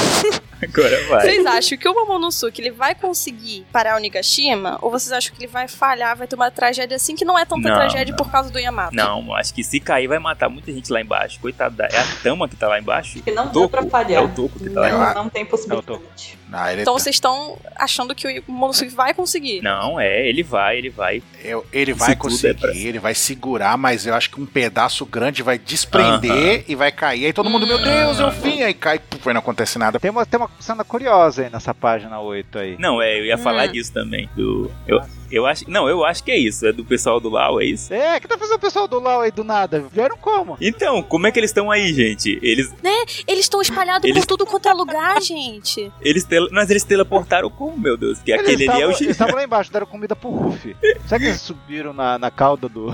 Speaker 4: Agora vai.
Speaker 1: Vocês acham que o Momonosuke, ele vai conseguir parar o Nigashima? Ou vocês acham que ele vai falhar, vai ter uma tragédia assim, que não é tanta
Speaker 4: Não,
Speaker 1: tragédia
Speaker 4: não.
Speaker 1: por causa do Yamato?
Speaker 4: Não, acho que se cair vai matar muita gente lá embaixo. Coitada, da- é a Tama que tá lá embaixo?
Speaker 3: Que não deu
Speaker 4: Toco.
Speaker 3: pra
Speaker 4: É
Speaker 3: falhar.
Speaker 4: o Toco que tá lá embaixo.
Speaker 3: Não, não tem possibilidade.
Speaker 2: Não, ele, tá-
Speaker 1: Então vocês estão achando que o Momonosuke vai conseguir?
Speaker 4: Não, é, ele vai, ele vai.
Speaker 2: eu- ele
Speaker 4: isso
Speaker 2: vai
Speaker 4: tudo é
Speaker 2: conseguir,
Speaker 4: pra-
Speaker 2: ele vai segurar, mas eu acho que um pedaço grande vai desprender e vai cair. Aí todo mundo,
Speaker 1: Hum.
Speaker 2: meu Deus, é o fim! Aí cai, puf, aí não acontece nada.
Speaker 6: Tem uma, tem uma cena curiosa aí nessa página 8 aí.
Speaker 4: Não, é, eu ia
Speaker 1: Hum.
Speaker 4: falar disso também. Do, eu, Eu acho, não, eu acho que é isso. É do pessoal do Lau, é isso?
Speaker 6: É, que tá fazendo o pessoal do LOL aí do nada? Vieram como?
Speaker 4: Então, como é que eles estão aí, gente? Eles,
Speaker 1: Eles estão espalhados
Speaker 4: Eles-
Speaker 1: por tudo quanto é lugar, gente.
Speaker 4: eles, tele- mas eles teleportaram como, meu Deus? Que
Speaker 6: Eles
Speaker 4: aquele ali é o
Speaker 6: estavam- Eles
Speaker 4: G.
Speaker 6: estavam lá embaixo, deram comida pro Ruff. Será que eles subiram na, na cauda do.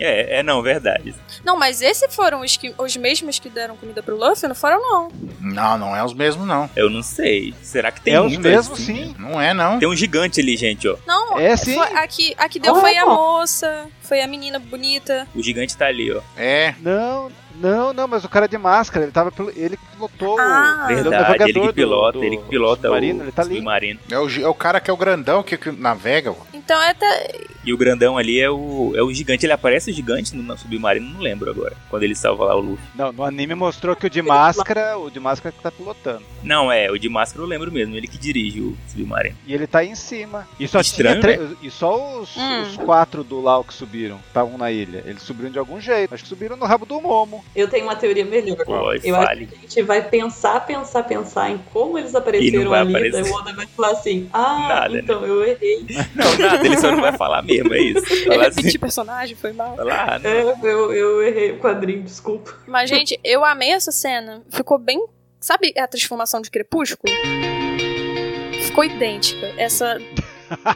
Speaker 4: É, é não, verdade.
Speaker 1: Não, mas esses foram os, que- os mesmos que deram comida pro Luffy? Não foram, não.
Speaker 2: Não, não é os mesmos, não.
Speaker 4: Eu não sei. Será que tem
Speaker 6: é
Speaker 4: um
Speaker 6: os mesmos, sim.
Speaker 2: Não é, não.
Speaker 4: Tem um gigante ali, gente, ó.
Speaker 1: Não,
Speaker 6: É sim.
Speaker 1: foi- a, que, a que deu
Speaker 3: Oh.
Speaker 1: foi a moça, foi a menina bonita.
Speaker 4: O gigante tá ali, ó.
Speaker 2: É.
Speaker 6: Não, não, não, mas o cara é de máscara, ele tava pelo. Ele que pilotou. o-
Speaker 1: Ah.
Speaker 6: ele é o
Speaker 4: Verdade, ele
Speaker 6: navegador
Speaker 4: que
Speaker 6: do-
Speaker 4: pilota,
Speaker 6: do
Speaker 4: ele que pilota
Speaker 6: submarino,
Speaker 4: o
Speaker 6: ele tá ali.
Speaker 4: submarino.
Speaker 2: É o, gi- é o cara que é o grandão que, que navega. pô.
Speaker 1: Então é até.
Speaker 4: E o grandão ali é o, é o gigante. Ele aparece o gigante no submarino, não lembro agora. Quando ele salva lá o Luffy.
Speaker 6: Não, no anime mostrou que o de máscara, o de máscara que tá pilotando.
Speaker 4: Não, é, o de máscara eu lembro mesmo, ele que dirige o submarino.
Speaker 6: E ele tá aí em cima. E só,
Speaker 4: Estranho, né?
Speaker 6: tinha tre- e só os,
Speaker 1: Hum.
Speaker 6: os quatro do Lau que subiram, estavam na ilha. Eles subiram de algum jeito. Acho que subiram no rabo do Momo.
Speaker 3: Eu tenho uma teoria melhor.
Speaker 4: Oi,
Speaker 3: eu
Speaker 4: fale.
Speaker 3: acho que a gente vai pensar, pensar, pensar em como eles apareceram
Speaker 4: E não vai
Speaker 3: ali.
Speaker 4: aparecer.
Speaker 3: Daí o Oda vai falar assim: ah,
Speaker 4: Nada, né?
Speaker 3: então eu errei.
Speaker 4: Não, nada, ele só não vai falar mesmo, é isso.
Speaker 1: Eu
Speaker 4: Falar assim,
Speaker 1: repeti personagem, foi mal.
Speaker 4: falar, ah, não.
Speaker 3: É, eu, eu errei o quadrinho, desculpa.
Speaker 1: Mas, gente, eu amei essa cena. Ficou bem. Sabe a transformação de Crepúsculo? Ficou idêntica. Essa.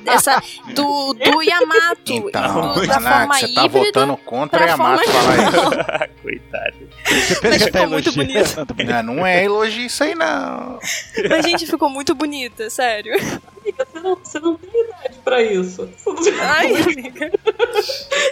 Speaker 1: Essa. Do, do Yamato.
Speaker 2: Então,
Speaker 1: do, da
Speaker 2: Nath,
Speaker 1: forma
Speaker 2: você tá
Speaker 1: híbrida.
Speaker 2: votando contra
Speaker 1: pra
Speaker 2: a Yamato
Speaker 1: forma-
Speaker 2: falar isso.
Speaker 4: Coitado.
Speaker 6: Você pensa
Speaker 1: Mas
Speaker 6: que tá
Speaker 1: ficou muito
Speaker 6: elogiando?
Speaker 1: bonito.
Speaker 6: Tá bonito.
Speaker 2: Não, não é elogio isso aí, não.
Speaker 1: Mas, gente, ficou muito bonita, sério.
Speaker 3: Amiga, Você não, você não tem idade pra isso.
Speaker 1: Ai, amiga.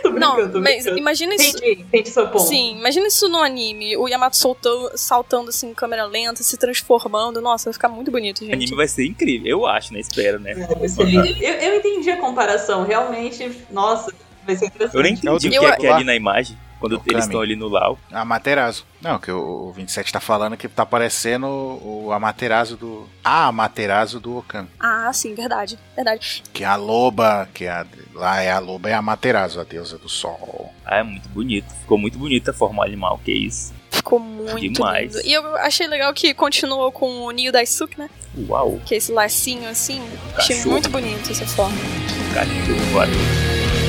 Speaker 3: Tô brincando, tô
Speaker 1: Não, mas
Speaker 3: brincando.
Speaker 1: imagina isso.
Speaker 3: Entendi, entendi seu ponto.
Speaker 1: Sim, imagina isso no anime. O Yamato soltando, saltando assim em câmera lenta, se transformando. Nossa, vai ficar muito bonito,
Speaker 4: O anime
Speaker 1: gente.
Speaker 4: vai ser incrível, eu acho, né? Espero, né?
Speaker 3: É, isso aí. Eu, eu entendi a comparação, realmente, nossa, vai ser interessante.
Speaker 4: Eu nem entendi
Speaker 6: É o
Speaker 4: o
Speaker 6: do-
Speaker 4: que
Speaker 1: Eu-
Speaker 4: é que é ali na imagem, quando
Speaker 2: É o
Speaker 4: eles
Speaker 2: Kami.
Speaker 4: estão ali no Lau.
Speaker 2: Amaterasu. Não, que o, o 27 tá falando que tá parecendo o Amaterasu do. A Amaterasu do Okami.
Speaker 1: Ah, sim, verdade. Verdade.
Speaker 2: Que é a loba, que é a- lá é a loba, é a Amaterasu, a deusa do sol.
Speaker 4: Ah, é muito bonito. Ficou muito bonita a forma animal, que é isso.
Speaker 1: Ficou muito
Speaker 4: Demais.
Speaker 1: lindo. E eu achei legal que continuou com o Nio Daisuke, né?
Speaker 4: Uau,
Speaker 1: Que é esse lacinho assim. Achei
Speaker 4: Cachorro.
Speaker 1: muito bonito essa forma.
Speaker 4: cachorro. olha.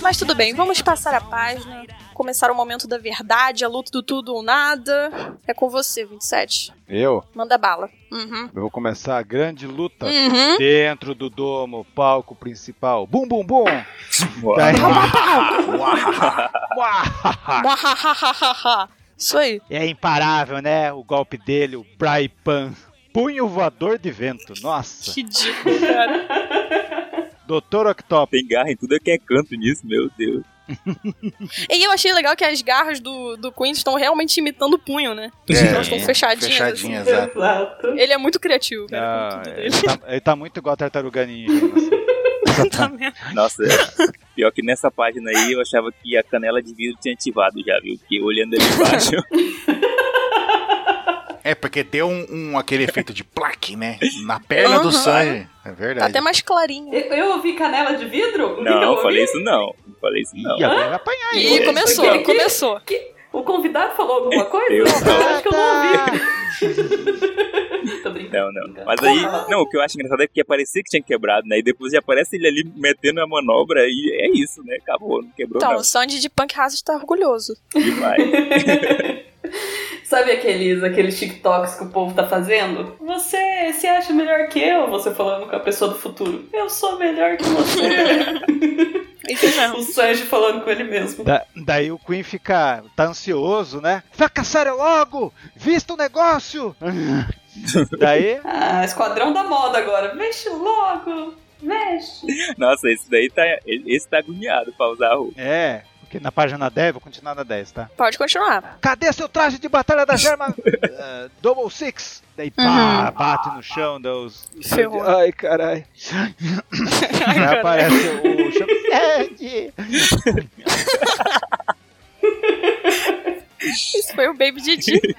Speaker 1: Mas tudo bem, vamos passar a página. Começar o momento da verdade, a luta do tudo ou nada. É com você, 27.
Speaker 6: Eu?
Speaker 1: Manda bala. Uhum.
Speaker 6: Eu vou começar a grande luta.
Speaker 1: Uhum.
Speaker 6: Dentro do domo, palco principal. Bum, bum, bum! Tá Daí-
Speaker 4: Uau.
Speaker 6: Uá!
Speaker 1: Muahahahaha. Isso aí.
Speaker 6: É imparável, né? O golpe dele, o Pry Pan. Punho voador de vento. Nossa.
Speaker 1: Ridículo, cara.
Speaker 6: Doutor Octopus.
Speaker 4: Tem garra em tudo que é canto nisso, meu Deus.
Speaker 1: E eu achei legal que as garras do, do Queen estão realmente imitando o punho, né? Elas estão fechadinhas.
Speaker 2: Fechadinhas, exato.
Speaker 3: Exato.
Speaker 1: assim. Ele é muito criativo, cara, com
Speaker 6: Ah,
Speaker 1: tudo dele.
Speaker 6: ele, tá, ele tá muito igual a tartaruga ninja.
Speaker 1: Tá mesmo.
Speaker 4: Nossa, é. pior que nessa página aí eu achava que a canela de vidro tinha ativado já, viu? Porque olhando ali embaixo.
Speaker 2: É, porque deu um, um- aquele efeito de plaque, né? Na perna do
Speaker 1: Aham.
Speaker 2: sangue. É
Speaker 1: Tá
Speaker 2: verdade.
Speaker 1: até mais clarinho.
Speaker 3: Eu, eu ouvi canela de vidro? O que que eu
Speaker 4: Não,
Speaker 3: ouvi?
Speaker 4: falei isso não. Não falei isso não.
Speaker 6: E agora ele vai apanhar
Speaker 1: E
Speaker 6: ele.
Speaker 1: começou,
Speaker 3: Isso aqui.
Speaker 1: começou.
Speaker 3: O convidado falou alguma coisa?
Speaker 4: Eu não.
Speaker 3: acho que eu não ouvi. Tô brincando.
Speaker 4: Não, não. Mas aí, não, o que eu acho engraçado é que parecia que tinha quebrado, né? E depois já aparece ele ali metendo a manobra e é isso, né? Acabou, não quebrou
Speaker 1: Então,
Speaker 4: não.
Speaker 1: o Sandy de Punk Hazard tá orgulhoso.
Speaker 4: Demais.
Speaker 3: Sabe aqueles, aqueles TikToks que o povo tá fazendo? Você se acha melhor que eu? Você falando com a pessoa do futuro. Eu sou melhor que você.
Speaker 1: Isso é
Speaker 3: o
Speaker 1: mesmo.
Speaker 3: Sanji falando com ele mesmo.
Speaker 6: Da- daí o Queen fica. tá ansioso, né? Fracassaram logo! Vista o negócio! daí.
Speaker 3: Ah, esquadrão da moda agora. Mexe logo! Mexe!
Speaker 4: Nossa, esse daí tá. Esse tá agoniado pra usar a roupa.
Speaker 6: É. Porque na página 10, vou continuar na 10, tá?
Speaker 1: Pode continuar.
Speaker 6: Cadê seu traje de batalha da Germa eh, Double Six? Daí pá, bate no chão, dá os.
Speaker 1: Ferrou.
Speaker 6: Ai, caralho. Aí aparece o chão. Sandy!
Speaker 1: foi o Baby Didi.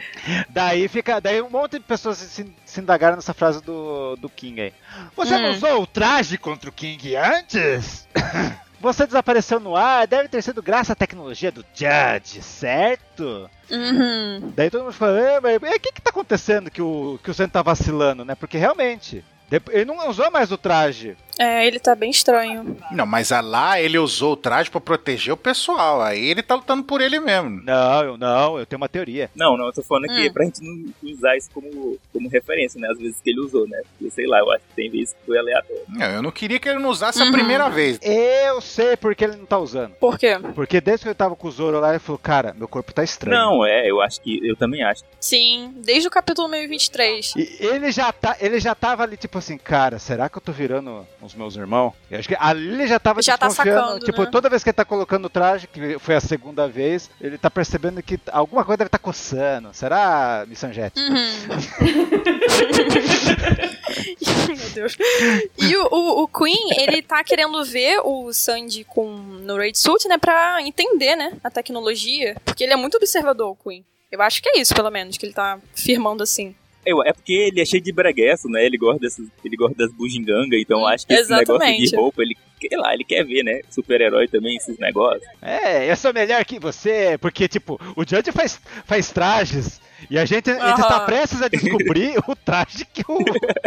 Speaker 6: Daí fica. Daí um monte de pessoas se, se indagaram nessa frase do, do King aí. Você não
Speaker 1: Hum.
Speaker 6: usou o traje contra o King antes? Você desapareceu no ar, deve ter sido graças à tecnologia do Judge, certo?
Speaker 1: uhum.
Speaker 6: Daí todo mundo fala, é, mas o que que tá acontecendo que o, que o Sam tá vacilando, né? Porque realmente, depo- ele não usou mais o traje.
Speaker 1: É, ele tá bem estranho.
Speaker 2: Não, mas a lá ele usou o traje pra proteger o pessoal. Aí ele tá lutando por ele mesmo.
Speaker 6: Não, eu não, eu tenho uma teoria.
Speaker 4: Não, não, eu tô falando aqui
Speaker 1: Hum.
Speaker 4: pra gente não usar isso como, como referência, né? Às vezes que ele usou, né? Porque, sei lá, eu acho que tem vezes que foi aleatório.
Speaker 2: Não, eu não queria que ele não usasse a
Speaker 1: Uhum.
Speaker 2: primeira vez.
Speaker 6: Eu sei porque ele não tá usando.
Speaker 1: Por quê?
Speaker 6: Porque desde que eu tava com o Zoro lá, ele falou, cara, meu corpo tá estranho.
Speaker 4: Não, é, eu acho que, eu também acho.
Speaker 1: Sim, desde o capítulo 1023.
Speaker 6: E ele já, tá, ele já tava ali, tipo assim, cara, será que eu tô virando os meus irmãos? Eu acho que ali ele já tava
Speaker 1: Já tá
Speaker 6: desconfiando.
Speaker 1: sacando,
Speaker 6: tipo,
Speaker 1: né?
Speaker 6: toda vez que ele tá colocando o traje, que foi a segunda vez, ele tá percebendo que alguma coisa deve estar tá coçando. Será, Missangete?
Speaker 1: Uhum. Meu Deus. E o, o, o Queen, ele tá querendo ver o Sandy com no Raid Suit, né? Pra entender, né? A tecnologia. Porque ele é muito observador, o Queen. Eu acho que é isso, pelo menos, que ele tá firmando assim.
Speaker 4: Eu, é porque ele é cheio de breguesso, né? Ele gosta, dessas, ele gosta das bujinganga, então eu acho que esse negócio
Speaker 1: Exatamente.
Speaker 4: de roupa, ele, sei lá, ele quer ver, né? Super-herói também, esses negócios.
Speaker 6: É, eu sou melhor que você, porque, tipo, o Judge faz, faz trajes. E a gente, a gente
Speaker 1: Aham.
Speaker 6: tá prestes a descobrir o traje que o,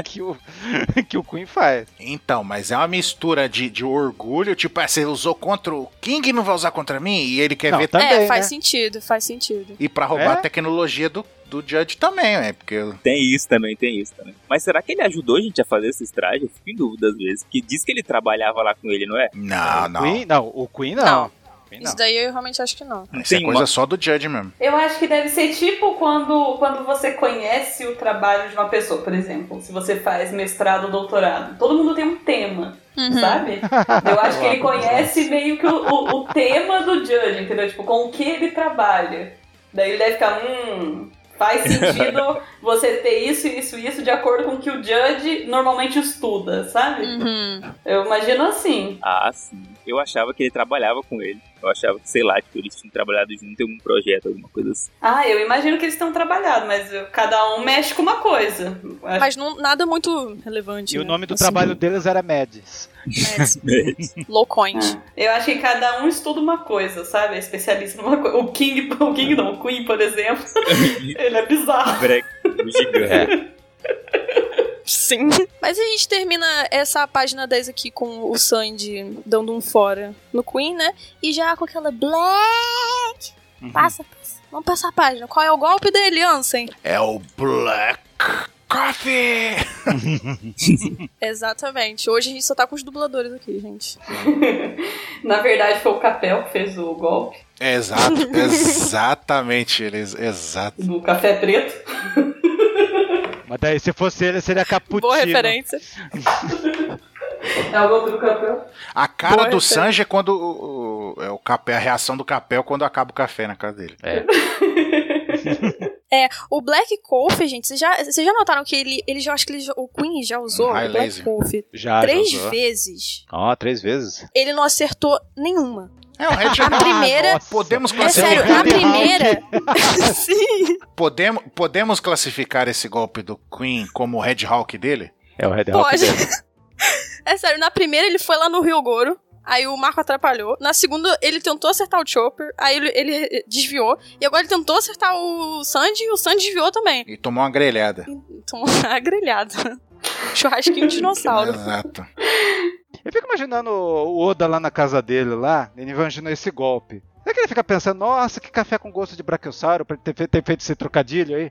Speaker 6: que o, que o Queen faz.
Speaker 2: Então, mas é uma mistura de, de orgulho. Tipo, ah, você usou contra o King e não vai usar contra mim? E ele quer
Speaker 6: Não,
Speaker 2: ver.
Speaker 6: tá- Também,
Speaker 1: é, faz
Speaker 6: né?
Speaker 1: sentido, faz sentido.
Speaker 2: E pra roubar
Speaker 6: É?
Speaker 2: a tecnologia do, do Judge também, né? Porque
Speaker 4: Tem isso também, tem isso também. Mas será que ele ajudou a gente a fazer esses trajes? Eu fico em dúvida às vezes, porque diz que ele trabalhava lá com ele, não é?
Speaker 2: Não,
Speaker 6: O
Speaker 2: Ah, não.
Speaker 6: Queen, não, o Queen não.
Speaker 1: Não.
Speaker 6: O Queen não.
Speaker 1: Isso daí eu realmente acho que não.
Speaker 2: Isso é
Speaker 4: Tem
Speaker 2: coisa
Speaker 4: uma-
Speaker 2: só do Judge mesmo.
Speaker 3: Eu acho que deve ser tipo quando, quando você conhece o trabalho de uma pessoa, por exemplo. Se você faz mestrado ou doutorado. Todo mundo tem um tema, sabe? Eu acho que ele conhece meio que o, o- o tema do Judge, entendeu? Tipo, com o que ele trabalha. Daí ele deve ficar, hum, faz sentido você ter isso, isso, isso de acordo com o que o Judge normalmente estuda, sabe?
Speaker 1: Uhum.
Speaker 3: Eu imagino assim.
Speaker 4: Ah, sim. Eu achava que ele trabalhava com ele. Eu achava que, sei lá, tipo, eles tinham trabalhado junto em algum projeto, alguma coisa assim.
Speaker 3: Ah, eu imagino que eles tenham trabalhado, mas eu- cada um mexe com uma coisa. Acho
Speaker 1: Mas não, nada muito relevante.
Speaker 6: E o
Speaker 1: né?
Speaker 6: nome do
Speaker 1: Assim,
Speaker 6: trabalho deles era Mads.
Speaker 1: Mads. Low
Speaker 6: É.
Speaker 1: coins.
Speaker 4: É.
Speaker 3: Eu acho que cada um estuda uma coisa, sabe? É especialista numa coisa. O King, o King não, o Queen, por exemplo, ele é bizarro.
Speaker 4: Break, gigante.
Speaker 1: Sim. Mas a gente termina essa página 10 aqui com o Sandy dando um fora no Queen, né? E já com aquela Black.
Speaker 6: Uhum.
Speaker 1: Passa, passa. Vamos passar a página. Qual é o golpe dele, Ansem?
Speaker 2: É o Black Coffee!
Speaker 1: Exatamente. Hoje a gente só tá com os dubladores aqui, gente.
Speaker 3: Na verdade, foi o Capel que fez o golpe
Speaker 2: Exato, exatamente, eles, exato.
Speaker 3: do Café Preto.
Speaker 6: Mas daí, se fosse ele, seria Caputino.
Speaker 1: Boa referência.
Speaker 3: É o golpe do Capel.
Speaker 2: A cara
Speaker 1: Boa
Speaker 2: do
Speaker 1: referência.
Speaker 2: Sanji é quando o, o- é o café, a reação do Capel quando acaba o café na cara dele.
Speaker 1: O Black Coffee, gente, vocês já, vocês já notaram que ele, ele já acho que ele já- o Queen já usou
Speaker 2: High
Speaker 1: o Black
Speaker 2: laser.
Speaker 1: Coffee
Speaker 6: Ah, Já,
Speaker 1: três
Speaker 6: já usou.
Speaker 1: vezes.
Speaker 6: Ó, três vezes?
Speaker 1: Ele não acertou nenhuma.
Speaker 2: É o Red
Speaker 1: A primeira.
Speaker 6: Nossa.
Speaker 2: Podemos
Speaker 1: É sério,
Speaker 2: classificar,
Speaker 1: a
Speaker 6: Hulk.
Speaker 1: primeira. Sim.
Speaker 2: podemos, podemos classificar esse golpe do Queen como o Red Hawk dele?
Speaker 6: É o Red
Speaker 1: Pode. é sério, na primeira ele foi lá no Rio Goro. Aí o Marco atrapalhou. Na segunda, ele tentou acertar o Chopper. Aí ele, ele desviou. E agora ele tentou acertar o Sandy. E o Sandy desviou também.
Speaker 2: E tomou uma grelhada.
Speaker 1: Então, grelhado. Churrasquinho de dinossauro.
Speaker 2: Exato.
Speaker 6: Eu fico imaginando o Oda lá na casa dele, lá. Ele imaginou esse golpe. Será que ele fica pensando, nossa, que café com gosto de brachiosauro pra ele ter, fe- ter feito esse trocadilho aí?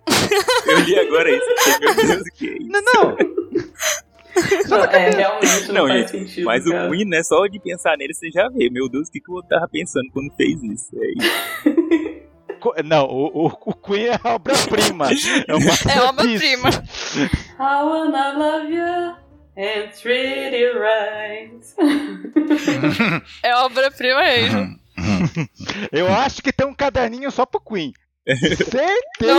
Speaker 4: Eu li agora isso. eu fiquei, Meu Deus, o que é isso?
Speaker 6: Não, não!
Speaker 3: Não, é, realmente não,
Speaker 4: Não,
Speaker 3: faz
Speaker 4: gente,
Speaker 3: sentido.
Speaker 4: Mas o
Speaker 3: cara.
Speaker 4: Queen, né? Só de pensar nele, você já vê. Meu Deus, o que, que eu tava pensando quando fez isso? É isso.
Speaker 6: Co- Não, o, o, o Queen é obra-prima. É uma
Speaker 1: É obra-prima.
Speaker 3: I wanna love you and treat you right.
Speaker 1: É obra-prima mesmo.
Speaker 2: Uhum, uhum.
Speaker 1: Então,
Speaker 6: Eu acho que tem um caderninho só pro Queen. Certeza!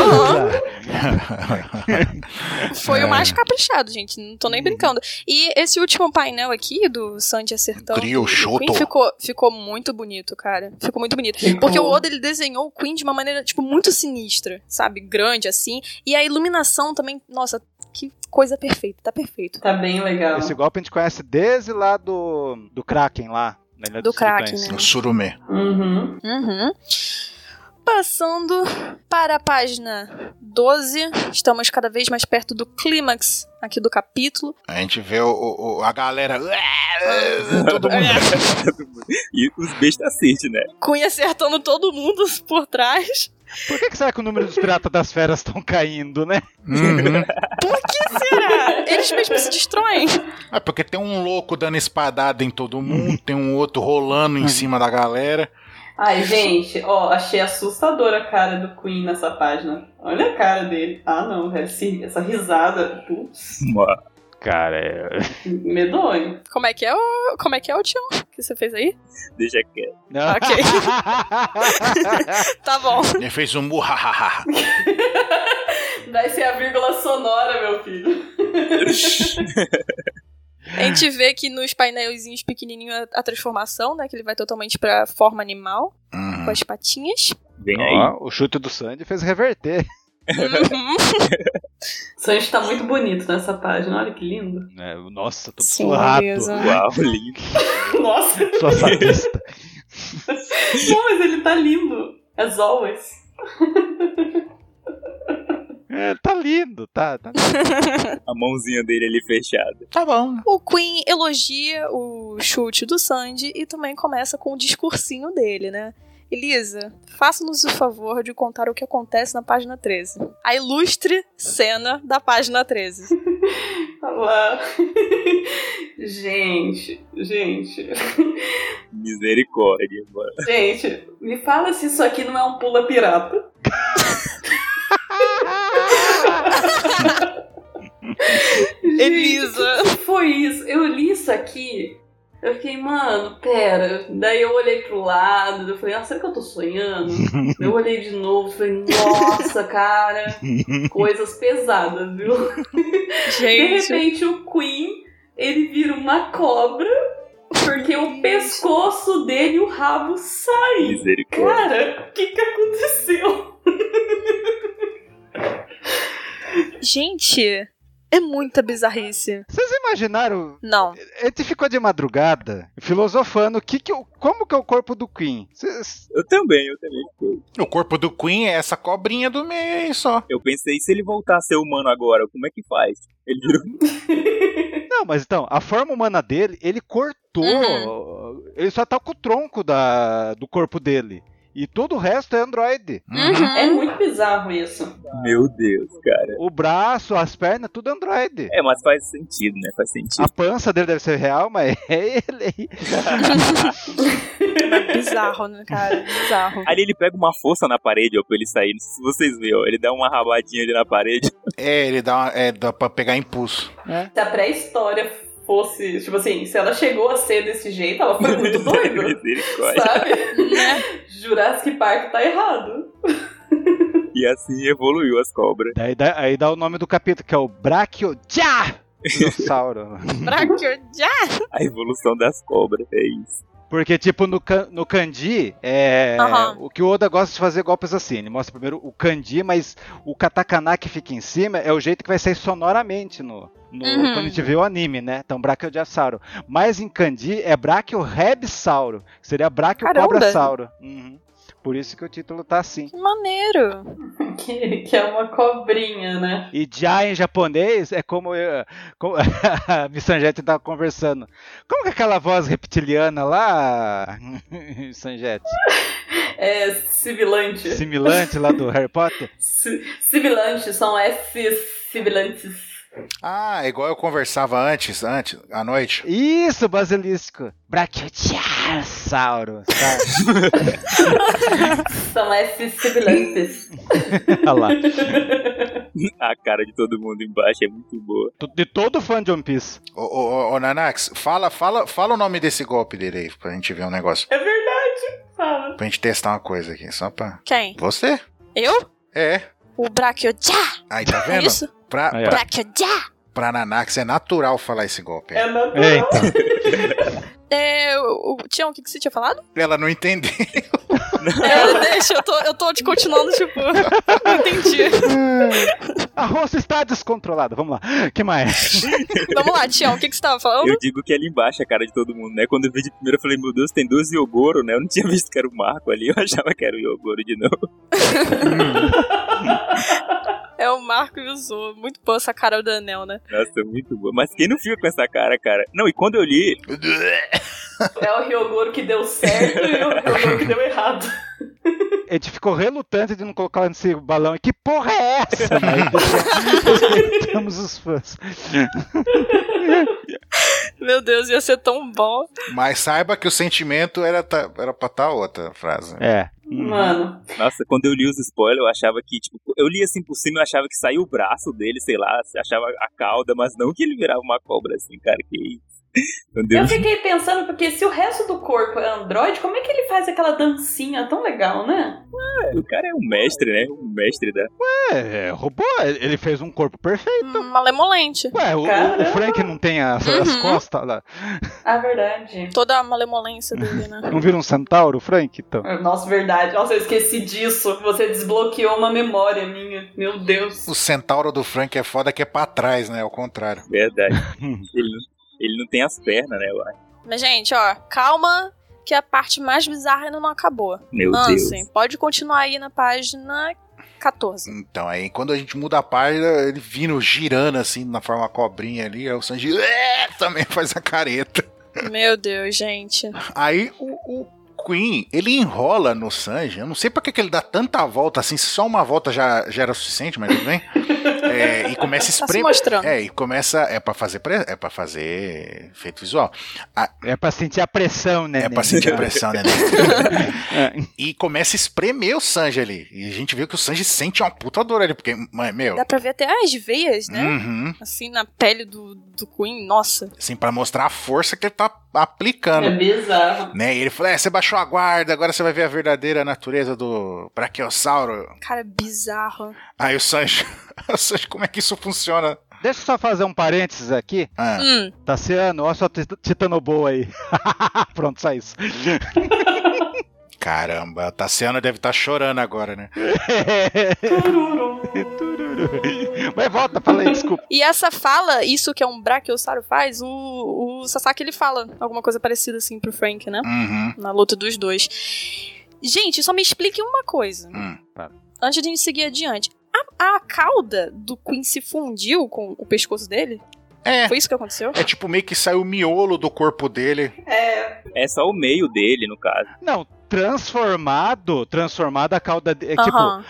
Speaker 1: Foi
Speaker 2: É.
Speaker 1: o mais caprichado, gente. Não tô nem brincando. E esse último painel aqui do Sandy acertando.
Speaker 2: Griochoto.
Speaker 1: o Queen ficou, ficou muito bonito, cara. Ficou muito bonito.
Speaker 3: Ficou.
Speaker 1: Porque o Oda ele desenhou o Queen de uma maneira, tipo, muito sinistra, sabe? Grande, assim. E a iluminação também, nossa, que coisa perfeita. Tá perfeito.
Speaker 3: Tá bem legal.
Speaker 6: Esse golpe a gente conhece desde lá do, do Kraken lá. na Ilha
Speaker 1: Do
Speaker 6: dos
Speaker 1: Kraken,
Speaker 6: Tritões.
Speaker 1: né?
Speaker 2: O surumê.
Speaker 3: Uhum.
Speaker 1: Uhum. Passando para a página 12, estamos cada vez mais perto do clímax aqui do capítulo.
Speaker 2: A gente vê o, o- o- a galera. Todo mundo.
Speaker 4: É. E os bestas assistem, né?
Speaker 1: Queen acertando todo mundo por trás.
Speaker 6: Por que, que será que o número dos piratas das feras estão caindo, né?
Speaker 2: Uhum.
Speaker 1: Será? Eles mesmos se destroem.
Speaker 2: É porque tem um louco dando espadada em todo mundo, tem um outro rolando em cima da galera.
Speaker 3: Ai, gente, ó, achei assustadora a cara do Queen nessa página. Olha a cara dele. Ah, não, velho. esse- Essa risada. Putz,
Speaker 4: Mano,
Speaker 6: Cara, é...
Speaker 3: medonho.
Speaker 1: Como é que é o. Como é que é o Tião que você fez aí?
Speaker 4: deixa quieto.
Speaker 6: Não.
Speaker 1: Ok. Tá bom.
Speaker 2: Ele fez um muhahaha.
Speaker 3: Daí ser a vírgula sonora, meu filho.
Speaker 1: A gente vê que nos painéis pequenininhos a, a transformação, né? Que ele vai totalmente pra forma animal,
Speaker 2: Uhum.
Speaker 1: com as patinhas.
Speaker 4: Vem aí.
Speaker 6: Ó, o chute do Sandy fez reverter.
Speaker 1: Uhum.
Speaker 3: O Sanji tá muito bonito nessa página. Olha que lindo.
Speaker 6: É, Nossa, tô
Speaker 1: Sim,
Speaker 6: suado.
Speaker 1: beleza.
Speaker 4: Uau, lindo.
Speaker 3: Nossa,
Speaker 6: Sou sadista.
Speaker 3: não, mas ele tá lindo. As always.
Speaker 6: É, tá lindo, tá, tá
Speaker 4: A mãozinha dele ali fechada.
Speaker 2: Tá bom.
Speaker 1: O Queen elogia o chute do Sandy e também começa com o discursinho dele, né? Elisa, faça-nos o favor de contar o que acontece na página 13. A ilustre cena da página 13.
Speaker 3: Tá lá. gente, gente.
Speaker 4: Misericórdia, mano.
Speaker 3: Gente, me fala se isso aqui não é um pula pirata. Gente,
Speaker 1: Elisa.
Speaker 3: o que foi isso? Eu li isso aqui. Eu fiquei, mano, pera. Daí eu olhei pro lado, eu falei, ah, será que eu tô sonhando? eu olhei de novo, falei, nossa, cara, coisas pesadas, viu? De
Speaker 1: Gente.
Speaker 3: repente o Queen ele vira uma cobra porque o pescoço dele e o rabo saem.
Speaker 4: Misericórdia.
Speaker 3: Cara, o que que aconteceu?
Speaker 1: Gente, é muita bizarrice.
Speaker 6: Vocês imaginaram?
Speaker 1: Não.
Speaker 6: A gente ficou de madrugada filosofando o que que, o- como que é o corpo do Queen. Vocês-
Speaker 4: Eu também, eu também. fico.
Speaker 2: O corpo do Queen é essa cobrinha do meio aí só.
Speaker 4: Eu pensei, se ele voltar a ser humano agora, como é que faz? Ele virou.
Speaker 6: Não, mas então, a forma humana dele, ele cortou. Ele só tá com o tronco da, do corpo dele. E todo o resto é androide.
Speaker 2: Uhum.
Speaker 3: É muito bizarro isso.
Speaker 4: Meu Deus, cara.
Speaker 6: O braço, as pernas, tudo androide.
Speaker 4: É, mas faz sentido, né? Faz sentido.
Speaker 6: A pança dele deve ser real, mas é ele.
Speaker 1: Bizarro, né, cara? Bizarro.
Speaker 4: Ali ele pega uma força na parede, ó, pra ele sair. Se vocês verem, ó, ele dá uma rabadinha ali na parede.
Speaker 2: É, ele dá, uma- é, dá pra pegar impulso.
Speaker 3: Se a pré-história fosse, tipo assim, se ela chegou a ser desse jeito, ela foi muito doida.
Speaker 4: Misericórdia.
Speaker 3: sabe? Jurassic Park tá errado.
Speaker 4: E assim evoluiu as cobras.
Speaker 6: Daí, dá- aí dá o nome do capítulo, que é o Brachiodia! Dinossauro.
Speaker 1: Pra que eu já?
Speaker 4: A evolução das cobras, é isso.
Speaker 6: Porque, tipo, no, kan- no kanji, é,
Speaker 1: Aham.
Speaker 6: o que o Oda gosta de fazer golpes assim. Ele mostra primeiro o kanji, mas o katakana que fica em cima é o jeito que vai sair sonoramente no, no-
Speaker 1: Uhum.
Speaker 6: quando a gente vê o anime, né? Então, Brachiosauro. Mas em kanji é Brachiorebsauro. que Seria
Speaker 1: Caramba.
Speaker 6: Brachiocobrasauro. Uhum. Por isso que o título tá assim.
Speaker 1: Que maneiro.
Speaker 3: Que, que é uma cobrinha, né?
Speaker 6: E já em japonês é como, eu, como a Missanjete tava conversando. Como que é aquela voz reptiliana lá, Missanjete?
Speaker 3: É sibilante.
Speaker 6: Similante lá do Harry Potter?
Speaker 3: Si- Sibilante, são S's sibilantes.
Speaker 2: Ah, igual eu conversava antes, antes, à noite.
Speaker 6: Isso, basilisco. tá? Brachiosauro, sabe?
Speaker 3: São esses sibilantes.
Speaker 6: Olha lá.
Speaker 4: A cara de todo mundo embaixo é muito boa.
Speaker 6: Tô- De todo fã de One Piece.
Speaker 2: Ô, ô, ô, ô, Nanax, fala, fala, fala o nome desse golpe dele aí, pra gente ver um negócio.
Speaker 3: É verdade. Fala.
Speaker 2: Pra gente testar uma coisa aqui, só pra.
Speaker 1: Quem?
Speaker 2: Você?
Speaker 1: Eu?
Speaker 2: É.
Speaker 1: O Brachiojá?
Speaker 2: Aí tá
Speaker 1: É
Speaker 2: vendo?
Speaker 1: isso?
Speaker 2: Pra,
Speaker 6: Aí, ó.
Speaker 2: pra,
Speaker 1: Brachiojá!
Speaker 2: pra Nanax é natural falar esse golpe.
Speaker 7: É natural.
Speaker 6: Eita.
Speaker 1: É, o, o Tião, o que, que você tinha falado?
Speaker 2: Ela não entendeu.
Speaker 1: É, deixa, eu tô, eu tô te continuando, tipo, não entendi.
Speaker 6: A roça está descontrolada. Vamos lá. que mais?
Speaker 1: Vamos lá, Tião, o que, que você tava falando?
Speaker 4: Eu digo que ali embaixo a cara de todo mundo, né? Quando eu vi de primeiro, eu falei, meu Deus, tem dois Yogoro, né? Eu não tinha visto que era o Marco ali, eu achava que era o Yogoro de novo.
Speaker 1: É o Marco e o Zo. Muito boa essa cara do Anel, né?
Speaker 4: Nossa, muito boa. Mas quem não fica com essa cara, cara? Não, e quando eu li,
Speaker 7: É o Ryogoro que deu certo e o Ryogoro que deu errado.
Speaker 6: A gente ficou relutante de não colocar nesse balão. Que porra é essa? Mas Temos os fãs.
Speaker 1: Meu Deus, ia ser tão bom.
Speaker 2: Mas saiba que o sentimento era, ta- era pra tá outra frase.
Speaker 6: É.
Speaker 3: Uhum.
Speaker 7: Mano,
Speaker 4: nossa, quando eu li os spoilers, eu achava que, tipo, eu li assim por cima, eu achava que saiu o braço dele, sei lá, achava a cauda, mas não que ele virava uma cobra assim, cara, que isso. Meu
Speaker 7: eu
Speaker 4: Deus.
Speaker 7: fiquei pensando, porque se o resto do corpo é androide, como é que ele faz aquela dancinha tão legal, né?
Speaker 4: O cara é um mestre, né? Um mestre da.
Speaker 6: É, é, robô, ele fez um corpo perfeito.
Speaker 1: Hum, malemolente.
Speaker 6: Ué, o, o- o Frank não tem as, as
Speaker 1: Uhum.
Speaker 6: costas lá.
Speaker 7: Ah, verdade.
Speaker 1: Toda a malemolência dele, né?
Speaker 6: Não vira um centauro, Frank? Então.
Speaker 7: Nossa, verdade. Nossa, eu esqueci disso. Você desbloqueou uma memória minha. Meu Deus.
Speaker 2: O centauro do Frank é foda que é pra trás, né? Ao contrário.
Speaker 4: Verdade. ele, ele não tem as pernas, né? Eu acho.
Speaker 1: Mas, gente, ó, calma que a parte mais bizarra ainda não acabou.
Speaker 4: Meu
Speaker 1: Ansem,
Speaker 4: Deus.
Speaker 1: pode continuar aí na página 14.
Speaker 2: Então, aí quando a gente muda a página, ele vindo girando assim, na forma cobrinha ali, aí o Sanji "É!" também faz a careta.
Speaker 1: Meu Deus, gente.
Speaker 2: Aí o, o Queen, ele enrola no Sanji, eu não sei pra que, que ele dá tanta volta assim, se só uma volta já, já era o suficiente, mas tudo bem. É, e começa a
Speaker 1: Tá se
Speaker 2: espremer.
Speaker 1: mostrando.
Speaker 2: É, e começa. É pra fazer, pre- é pra fazer efeito visual.
Speaker 6: É pra sentir a pressão, né?
Speaker 2: É pra sentir a pressão, né?
Speaker 6: É.
Speaker 2: e começa a espremer o Sanji ali. E a gente viu que o Sanji sente uma puta dor ali, porque, mãe, meu.
Speaker 1: Dá pra ver até as veias, né?
Speaker 2: Uhum.
Speaker 1: Assim, na pele do, do Queen. Nossa.
Speaker 2: Assim, pra mostrar a força que ele tá
Speaker 7: É
Speaker 2: aplicando.
Speaker 7: bizarro.
Speaker 2: Né? E ele falou: é, você baixou a guarda, agora você vai ver a verdadeira natureza do Brachiosauro.
Speaker 1: Cara, é bizarro.
Speaker 2: Aí o Sanji. o Sanji, como é que isso funciona?
Speaker 6: Deixa eu só fazer um parênteses aqui.
Speaker 2: Ah,
Speaker 1: Hum.
Speaker 6: Tassiano, Tá olha só titanoboa aí. Pronto, só isso.
Speaker 2: Caramba, a Tassiana deve estar chorando agora, né?
Speaker 6: Mas volta, falei, desculpa.
Speaker 1: E essa fala, isso que é um Brachiosauro faz, o, o Sasaki ele fala alguma coisa parecida assim pro Frank, né?
Speaker 2: Uhum.
Speaker 1: Na luta dos dois. Gente, só me explique uma coisa,
Speaker 2: Hum.
Speaker 1: antes de a gente seguir adiante. A, a cauda do Queen se fundiu com o pescoço dele?
Speaker 2: É.
Speaker 1: Foi isso que aconteceu?
Speaker 2: É tipo meio que saiu o miolo do corpo dele.
Speaker 7: É,
Speaker 4: É só o meio dele, no caso.
Speaker 6: Não, transformado, transformado a cauda. de- É, Tipo,
Speaker 1: Aham.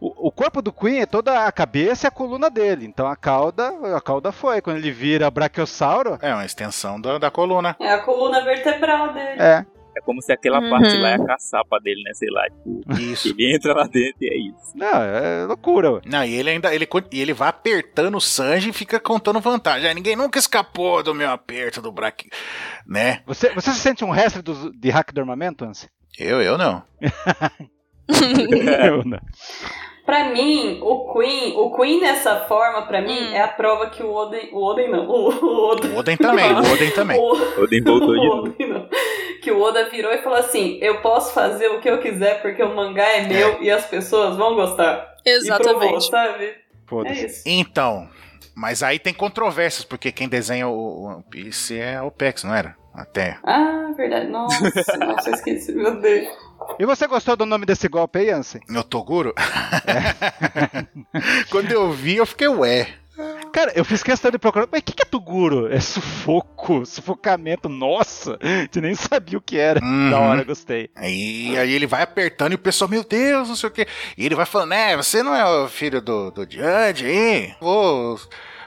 Speaker 6: o, o corpo do Queen é toda a cabeça e a coluna dele. Então a cauda, a cauda foi. Quando ele vira Brachiosauro.
Speaker 2: É uma extensão da, da coluna.
Speaker 7: é a coluna vertebral dele.
Speaker 6: É.
Speaker 4: É como se aquela
Speaker 1: Uhum.
Speaker 4: parte lá é a caçapa dele, né? Sei lá, tipo,
Speaker 2: Isso.
Speaker 4: ele entra lá dentro e é isso.
Speaker 6: Não, é loucura. ué.
Speaker 2: Não, e ele ainda ele, con- e ele vai apertando o Sanji e fica contando vantagem. Ah, ninguém nunca escapou do meu aperto do Braque. Né?
Speaker 6: Você, você se sente um resto do- de hack do armamento, Anse?
Speaker 2: Eu, eu não.
Speaker 6: Eu não.
Speaker 7: Pra mim, o Queen, o Queen nessa forma, pra mim,
Speaker 1: Hum.
Speaker 7: é a prova que o Oden. O Oden não. O, o Oden.
Speaker 2: O Oden também, o Oden também.
Speaker 7: O,
Speaker 4: O Oden voltou de
Speaker 7: o
Speaker 4: novo.
Speaker 7: Oden não. Que o Oda virou e falou assim: Eu posso fazer o que eu quiser porque o mangá é meu e as pessoas vão gostar. E provou,
Speaker 1: Exatamente.
Speaker 7: sabe? É
Speaker 6: Foda-se.
Speaker 7: isso.
Speaker 2: Então, mas aí tem controvérsias, porque quem desenha o o One Piece é o Pex, não era? Até.
Speaker 7: Ah, verdade. Nossa, nossa, eu esqueci. Meu Deus.
Speaker 6: E você gostou do nome desse golpe aí, Anse?
Speaker 2: No Toguro?
Speaker 6: É.
Speaker 2: Quando eu vi, eu fiquei, ué.
Speaker 6: Cara, eu fiz questão de procurar. Mas o que, que é Tuguro? É sufoco, sufocamento. Nossa, tu nem sabia o que era. Da
Speaker 2: Uhum.
Speaker 6: hora, gostei.
Speaker 2: Aí, aí ele vai apertando e o pessoal, meu Deus, não sei o quê. E ele vai falando, é, você não é o filho do, do Judge, hein? Vou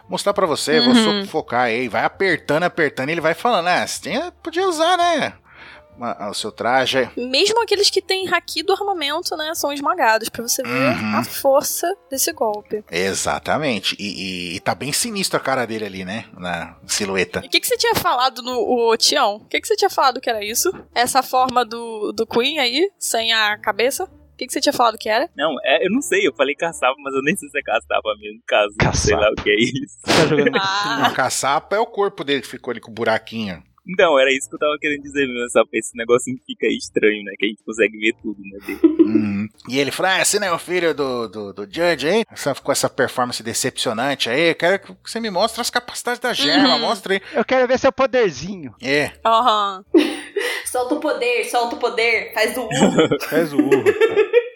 Speaker 2: mostrar pra você, vou
Speaker 1: Uhum.
Speaker 2: sufocar aí. Vai apertando, apertando, e ele vai falando, ah, você tinha- podia usar, né? uma- o seu traje.
Speaker 1: Mesmo aqueles que têm haki do armamento, né, são esmagados, pra você ver
Speaker 2: Uhum.
Speaker 1: a força desse golpe.
Speaker 2: Exatamente. E, e- e tá bem sinistro a cara dele ali, né? Na silhueta.
Speaker 1: E o que, que você tinha falado no o Tião? O que, que você tinha falado que era isso? Essa forma do, do Queen aí, sem a cabeça? O que, que você tinha falado que era?
Speaker 4: Não, é, eu não sei, eu falei caçapa, mas eu nem sei se é caçapa mesmo, caso, sei lá o que é isso.
Speaker 6: Tá jogando
Speaker 1: Ah,
Speaker 2: O caçapa é o corpo dele que ficou ali com o buraquinho.
Speaker 4: Então, era isso que eu tava querendo dizer mesmo, sabe? Esse negocinho que fica aí estranho, né? Que a gente consegue ver tudo, né? dele.
Speaker 2: Uhum. E ele falou: Ah, esse não é o filho do, do, do Judge, hein? Essa, com essa performance decepcionante aí, eu quero que você me mostre as capacidades da Gemma,
Speaker 1: Uhum.
Speaker 2: mostre aí.
Speaker 6: Eu quero ver seu poderzinho.
Speaker 2: É.
Speaker 1: aham.
Speaker 3: Solta o poder, solta o poder, faz do U.
Speaker 6: Faz o urro.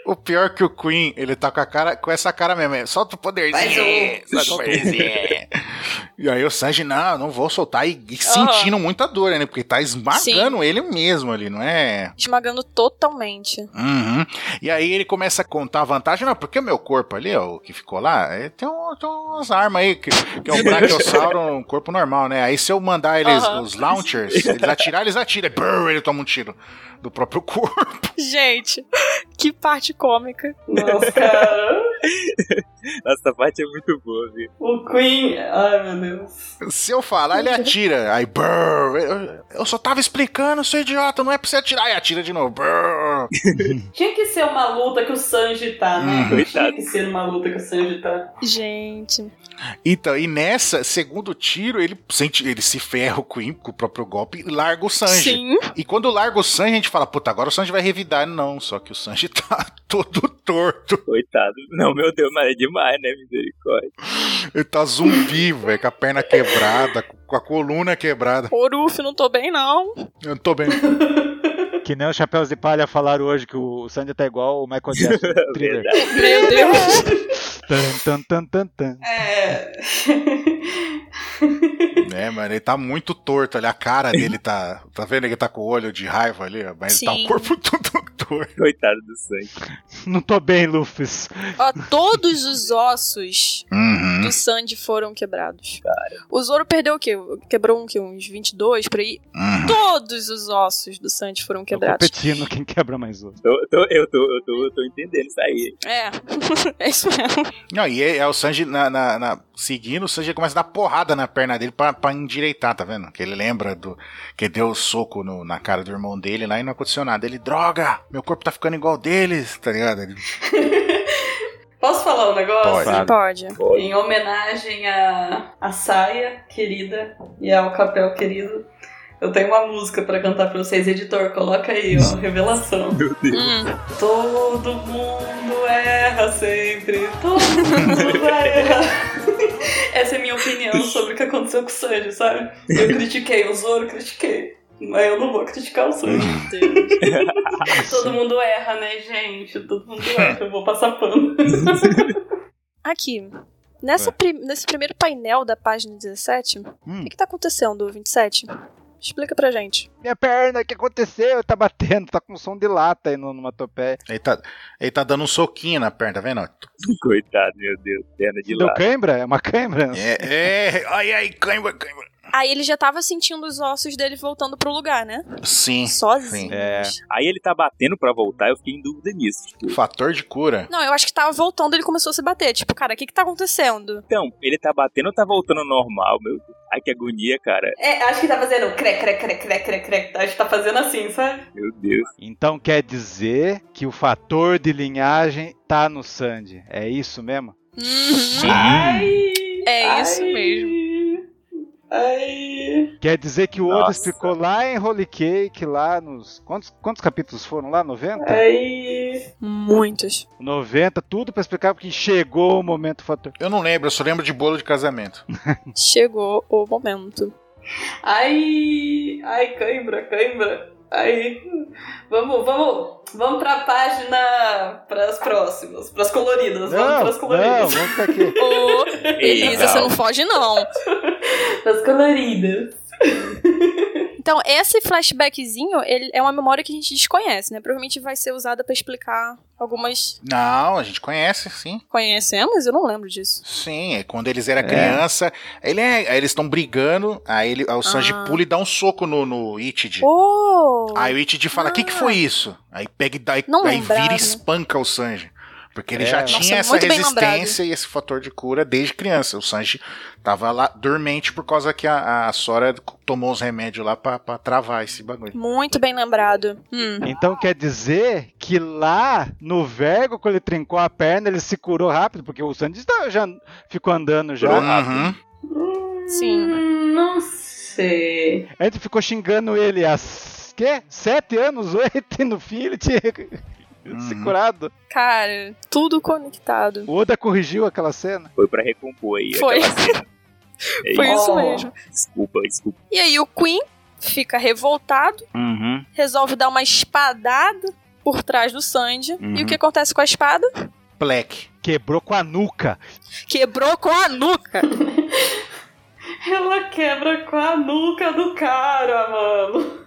Speaker 2: O pior é que o Queen, ele tá com a cara, com essa cara mesmo. é, Solta o poderzinho.
Speaker 3: Faz um-
Speaker 2: Solta o poderzinho. e aí o Sanji, não, não vou soltar. E, e sentindo muita dor, né? Porque tá esmagando ele mesmo ali, não é?
Speaker 1: Esmagando totalmente.
Speaker 2: Uhum. E aí ele começa a contar a vantagem. Não, porque o meu corpo ali, ó, o que ficou lá, é, tem, um- tem umas armas aí, que, que é um brachiosauro, um corpo normal, né? Aí se eu mandar eles,
Speaker 1: Aham.
Speaker 2: os launchers, eles atirar, eles atiram. Brrr, ele toma um tiro do próprio corpo.
Speaker 1: Gente, que parte cômica.
Speaker 3: Nossa, cara.
Speaker 4: Nossa, essa parte é muito boa, viu?
Speaker 3: O Queen. Ai, meu Deus.
Speaker 2: Se eu falar, ele atira. Aí, brrr, eu- eu só tava explicando, seu idiota, não é pra você atirar. Aí atira de novo. brrr.
Speaker 3: Tinha que ser uma luta que o Sanji tá, né?
Speaker 2: Hum,
Speaker 3: Tinha que ser uma luta que o Sanji tá.
Speaker 1: Gente.
Speaker 2: Então, e nessa, segundo tiro, ele sente, ele se ferra o Queen com o próprio golpe e larga o Sanji.
Speaker 1: Sim.
Speaker 2: E quando larga o Sanji, a gente fala, puta, agora o Sanji vai revidar. Não, só que o Sanji tá todo torto.
Speaker 4: Coitado. Não, meu Deus, mas é demais, né? Misericórdia.
Speaker 2: Ele tá zumbi, velho, com a perna quebrada, com a coluna quebrada.
Speaker 1: Oruf, não tô bem, não.
Speaker 2: Eu não tô bem.
Speaker 6: Que nem os chapéus de palha falaram hoje que o Sandy tá igual o Michael Jackson. no Thriller.
Speaker 4: Verdade.
Speaker 1: Meu Deus.
Speaker 6: tan, tan, tan, tan, tan.
Speaker 3: É.
Speaker 2: É, mano, ele tá muito torto ali. A cara dele tá. Tá vendo? Ele tá com o olho de raiva ali, ó, mas ele tá
Speaker 1: Sim.
Speaker 2: o corpo todo torto.
Speaker 4: Coitado do sangue.
Speaker 6: Não tô bem, Lufus.
Speaker 1: Ó, todos os ossos
Speaker 2: Uhum.
Speaker 1: do Sandy foram quebrados. O Zoro perdeu o quê? Quebrou um, que, uns 22 por aí?
Speaker 2: uhum.
Speaker 1: Todos os ossos do Sandy foram
Speaker 6: Tô
Speaker 1: quebrados.
Speaker 6: competindo quem quebra mais outro.
Speaker 4: Tô- tô- eu, tô, eu, tô, eu tô entendendo isso aí.
Speaker 1: É, é isso mesmo.
Speaker 2: Não, e é, é o Sanji na, na- na- seguindo, o Sanji começa a dar porrada na perna dele pra, pra endireitar, tá vendo? Que ele lembra do. Que deu o soco no- na cara do irmão dele lá e não aconteceu nada. Ele, droga! Meu corpo tá ficando igual deles, tá ligado? Ele-
Speaker 3: Posso falar um negócio?
Speaker 2: Pode.
Speaker 1: Pode.
Speaker 3: Em homenagem à, à saia querida e ao capel querido, eu tenho uma música pra cantar pra vocês. Editor, coloca aí, ó. Revelação.
Speaker 1: Hum,
Speaker 3: Todo mundo erra sempre. Todo mundo vai errar. Essa é a minha opinião sobre o que aconteceu com o Sanji, sabe? Eu critiquei o Zoro, critiquei. Mas eu não vou criticar o Sanji.
Speaker 1: meu Deus.
Speaker 3: Tá Todo mundo erra, né, gente? Todo mundo erra. Eu vou passar pano.
Speaker 1: Aqui. Nessa prim- nesse primeiro painel da página 17,
Speaker 6: Hum.
Speaker 1: o que, que tá acontecendo, 27? Explica pra gente.
Speaker 6: Minha perna, o que aconteceu? Tá batendo, tá com som de lata aí no- numa topé.
Speaker 2: Ele tá, ele tá dando um soquinho na perna, tá vendo?
Speaker 4: Coitado, meu Deus. Perna
Speaker 2: Então-
Speaker 4: de
Speaker 6: Deu
Speaker 4: lá.
Speaker 6: cãibra? É uma cãibra?
Speaker 2: É, é, ai, ai, cãibra, cãibra.
Speaker 1: Aí ele já tava sentindo os ossos dele voltando pro lugar, né?
Speaker 2: Sim,
Speaker 1: Sozinho.
Speaker 6: É.
Speaker 4: Aí ele tá batendo pra voltar, eu fiquei em dúvida nisso. Tipo,
Speaker 2: fator de cura.
Speaker 1: Não, eu acho que tava voltando ele começou a se bater. Tipo, cara, o que que tá acontecendo?
Speaker 4: então, ele tá batendo ou tá voltando ao normal, meu Deus? Ai, que agonia, cara.
Speaker 3: É, acho que tá fazendo crec, crec, crec, crec, crec, crec. Acho que tá fazendo assim, sabe?
Speaker 4: Meu Deus.
Speaker 6: Então quer dizer que o fator de linhagem tá no Sandy. É isso mesmo?
Speaker 1: Uhum.
Speaker 3: Ai!
Speaker 1: É isso
Speaker 3: mesmo. Ai!
Speaker 6: Quer dizer que o Oda
Speaker 4: Nossa.
Speaker 6: explicou lá em Holy Cake, lá nos. Quantos, quantos capítulos foram lá? 90?
Speaker 3: Ai!
Speaker 1: Muitos.
Speaker 6: 90, tudo pra explicar porque chegou o momento fator.
Speaker 2: Eu não lembro, eu só lembro de bolo de casamento.
Speaker 1: Chegou o momento.
Speaker 3: Ai! Ai, cãibra, cãibra. Ai! Vamos, vamos, vamos pra página. pras próximas. Pras coloridas. vamos
Speaker 6: Não,
Speaker 3: pras
Speaker 6: não,
Speaker 3: coloridas.
Speaker 6: vamos ficar aqui.
Speaker 1: Ô, Elisa,
Speaker 4: tá,
Speaker 1: você não foge, não.
Speaker 3: Pras coloridas.
Speaker 1: Então, esse flashbackzinho ele é uma memória que a gente desconhece, né? Provavelmente vai ser usada pra explicar algumas.
Speaker 2: Não, a gente conhece, sim.
Speaker 1: Conhecemos? Eu não lembro disso.
Speaker 2: Sim, é quando eles eram criança, ele é- aí eles estão brigando, aí, ele, aí o Sanji
Speaker 1: Ah.
Speaker 2: pula e dá um soco no, no Itid.
Speaker 1: Oh!
Speaker 2: Aí o Itid fala, o que, que foi isso? Aí pega e dá, e-
Speaker 1: Ah. Não
Speaker 2: aí
Speaker 1: lembrava.
Speaker 2: vira e espanca o Sanji. Porque ele
Speaker 6: É.
Speaker 2: já
Speaker 1: Nossa,
Speaker 2: tinha essa
Speaker 1: muito bem
Speaker 2: resistência e esse fator de cura desde criança. O Sanji tava lá dormente por causa que a, a Sora tomou os remédios lá pra, pra travar esse bagulho.
Speaker 1: Muito bem lembrado. Hum.
Speaker 6: Então quer dizer que lá no Vergo, quando ele trincou a perna, ele se curou rápido, porque o Sandy tá- já ficou andando já.
Speaker 2: Uhum.
Speaker 1: Sim.
Speaker 7: Hum, Não sei.
Speaker 6: A gente ficou xingando ele há s- quê? sete anos, oito, e no fim ele tinha se
Speaker 2: Uhum.
Speaker 6: curado.
Speaker 1: Cara, tudo conectado.
Speaker 6: O Oda corrigiu aquela cena.
Speaker 4: Foi pra recompor aí.
Speaker 1: Foi.
Speaker 4: aquela cena. É
Speaker 1: Foi
Speaker 4: isso.
Speaker 1: isso
Speaker 7: Oh.
Speaker 1: mesmo.
Speaker 4: Desculpa, desculpa.
Speaker 1: E aí o Queen fica revoltado,
Speaker 4: Uhum.
Speaker 1: resolve dar uma espadada por trás do Sandy.
Speaker 4: Uhum.
Speaker 1: E o que acontece com a espada?
Speaker 2: Black.
Speaker 6: Quebrou com a nuca.
Speaker 1: Quebrou com a nuca.
Speaker 7: Ela quebra com a nuca do cara, mano.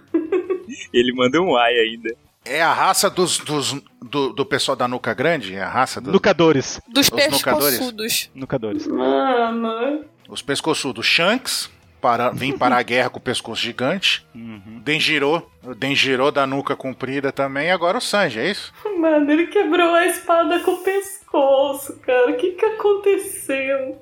Speaker 4: Ele mandou um ai ainda.
Speaker 2: É a raça dos, dos- do, do pessoal da nuca grande? É a raça dos
Speaker 6: Nucadores.
Speaker 1: Dos
Speaker 2: Os nucadores?
Speaker 1: pescoçudos.
Speaker 6: Nucadores.
Speaker 7: Mano.
Speaker 2: os pescoçudos. Shanks para, vem para a guerra com o pescoço gigante.
Speaker 6: Uhum.
Speaker 2: Denjiro. O Denjiro da nuca comprida também. E agora o Sanji, é isso?
Speaker 7: Mano, ele quebrou a espada com o pescoço, cara. O que que aconteceu?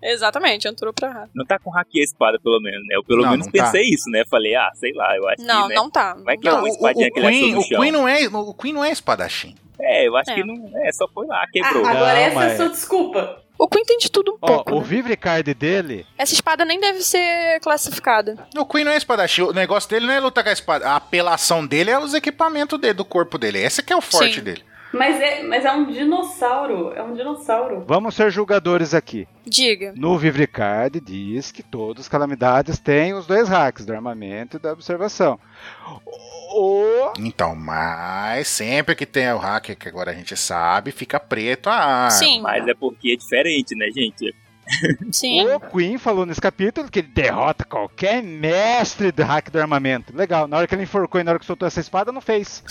Speaker 1: Exatamente, entrou pra rato.
Speaker 4: Não tá com hack a espada, pelo menos, né? Eu pelo
Speaker 2: Não,
Speaker 4: menos
Speaker 2: não tá.
Speaker 4: pensei isso, né? Falei, ah, sei lá, eu acho
Speaker 1: Não,
Speaker 4: que. né?
Speaker 1: não tá.
Speaker 4: Vai que
Speaker 1: Não tá.
Speaker 2: Então,
Speaker 4: Uma
Speaker 2: o, o,
Speaker 4: espadinha que ele
Speaker 2: Queen,
Speaker 4: achou no
Speaker 2: o,
Speaker 4: chão.
Speaker 2: Queen não é, o Queen não é espadachim.
Speaker 4: É, eu acho
Speaker 1: É.
Speaker 4: que não. É, só foi lá,
Speaker 7: Ah,
Speaker 4: quebrou.
Speaker 6: Ah,
Speaker 7: agora
Speaker 6: Não,
Speaker 7: essa é
Speaker 6: mas-
Speaker 7: a sua desculpa.
Speaker 1: O Queen tem de tudo um
Speaker 6: Ó,
Speaker 1: pouco.
Speaker 6: o
Speaker 1: né?
Speaker 6: Vivre Card dele,
Speaker 1: Essa espada nem deve ser classificada.
Speaker 2: O Queen não é espadachim. O negócio dele não é lutar com a espada. A apelação dele é os equipamentos dele, do corpo dele. Esse que é o forte
Speaker 1: Sim.
Speaker 2: dele.
Speaker 7: Mas é, mas é um dinossauro. É um dinossauro.
Speaker 6: vamos ser julgadores aqui.
Speaker 1: Diga.
Speaker 6: No Vivricard diz que todas as calamidades têm os dois hacks, do armamento e da observação. O...
Speaker 2: Então, mas sempre que tem o hacker, que agora a gente sabe, fica preto a arma.
Speaker 1: sim,
Speaker 4: Mas é porque é diferente, né, gente?
Speaker 1: sim.
Speaker 6: o Queen falou nesse capítulo que ele derrota qualquer mestre do hack do armamento. Legal, na hora que ele enforcou e na hora que soltou essa espada, não fez.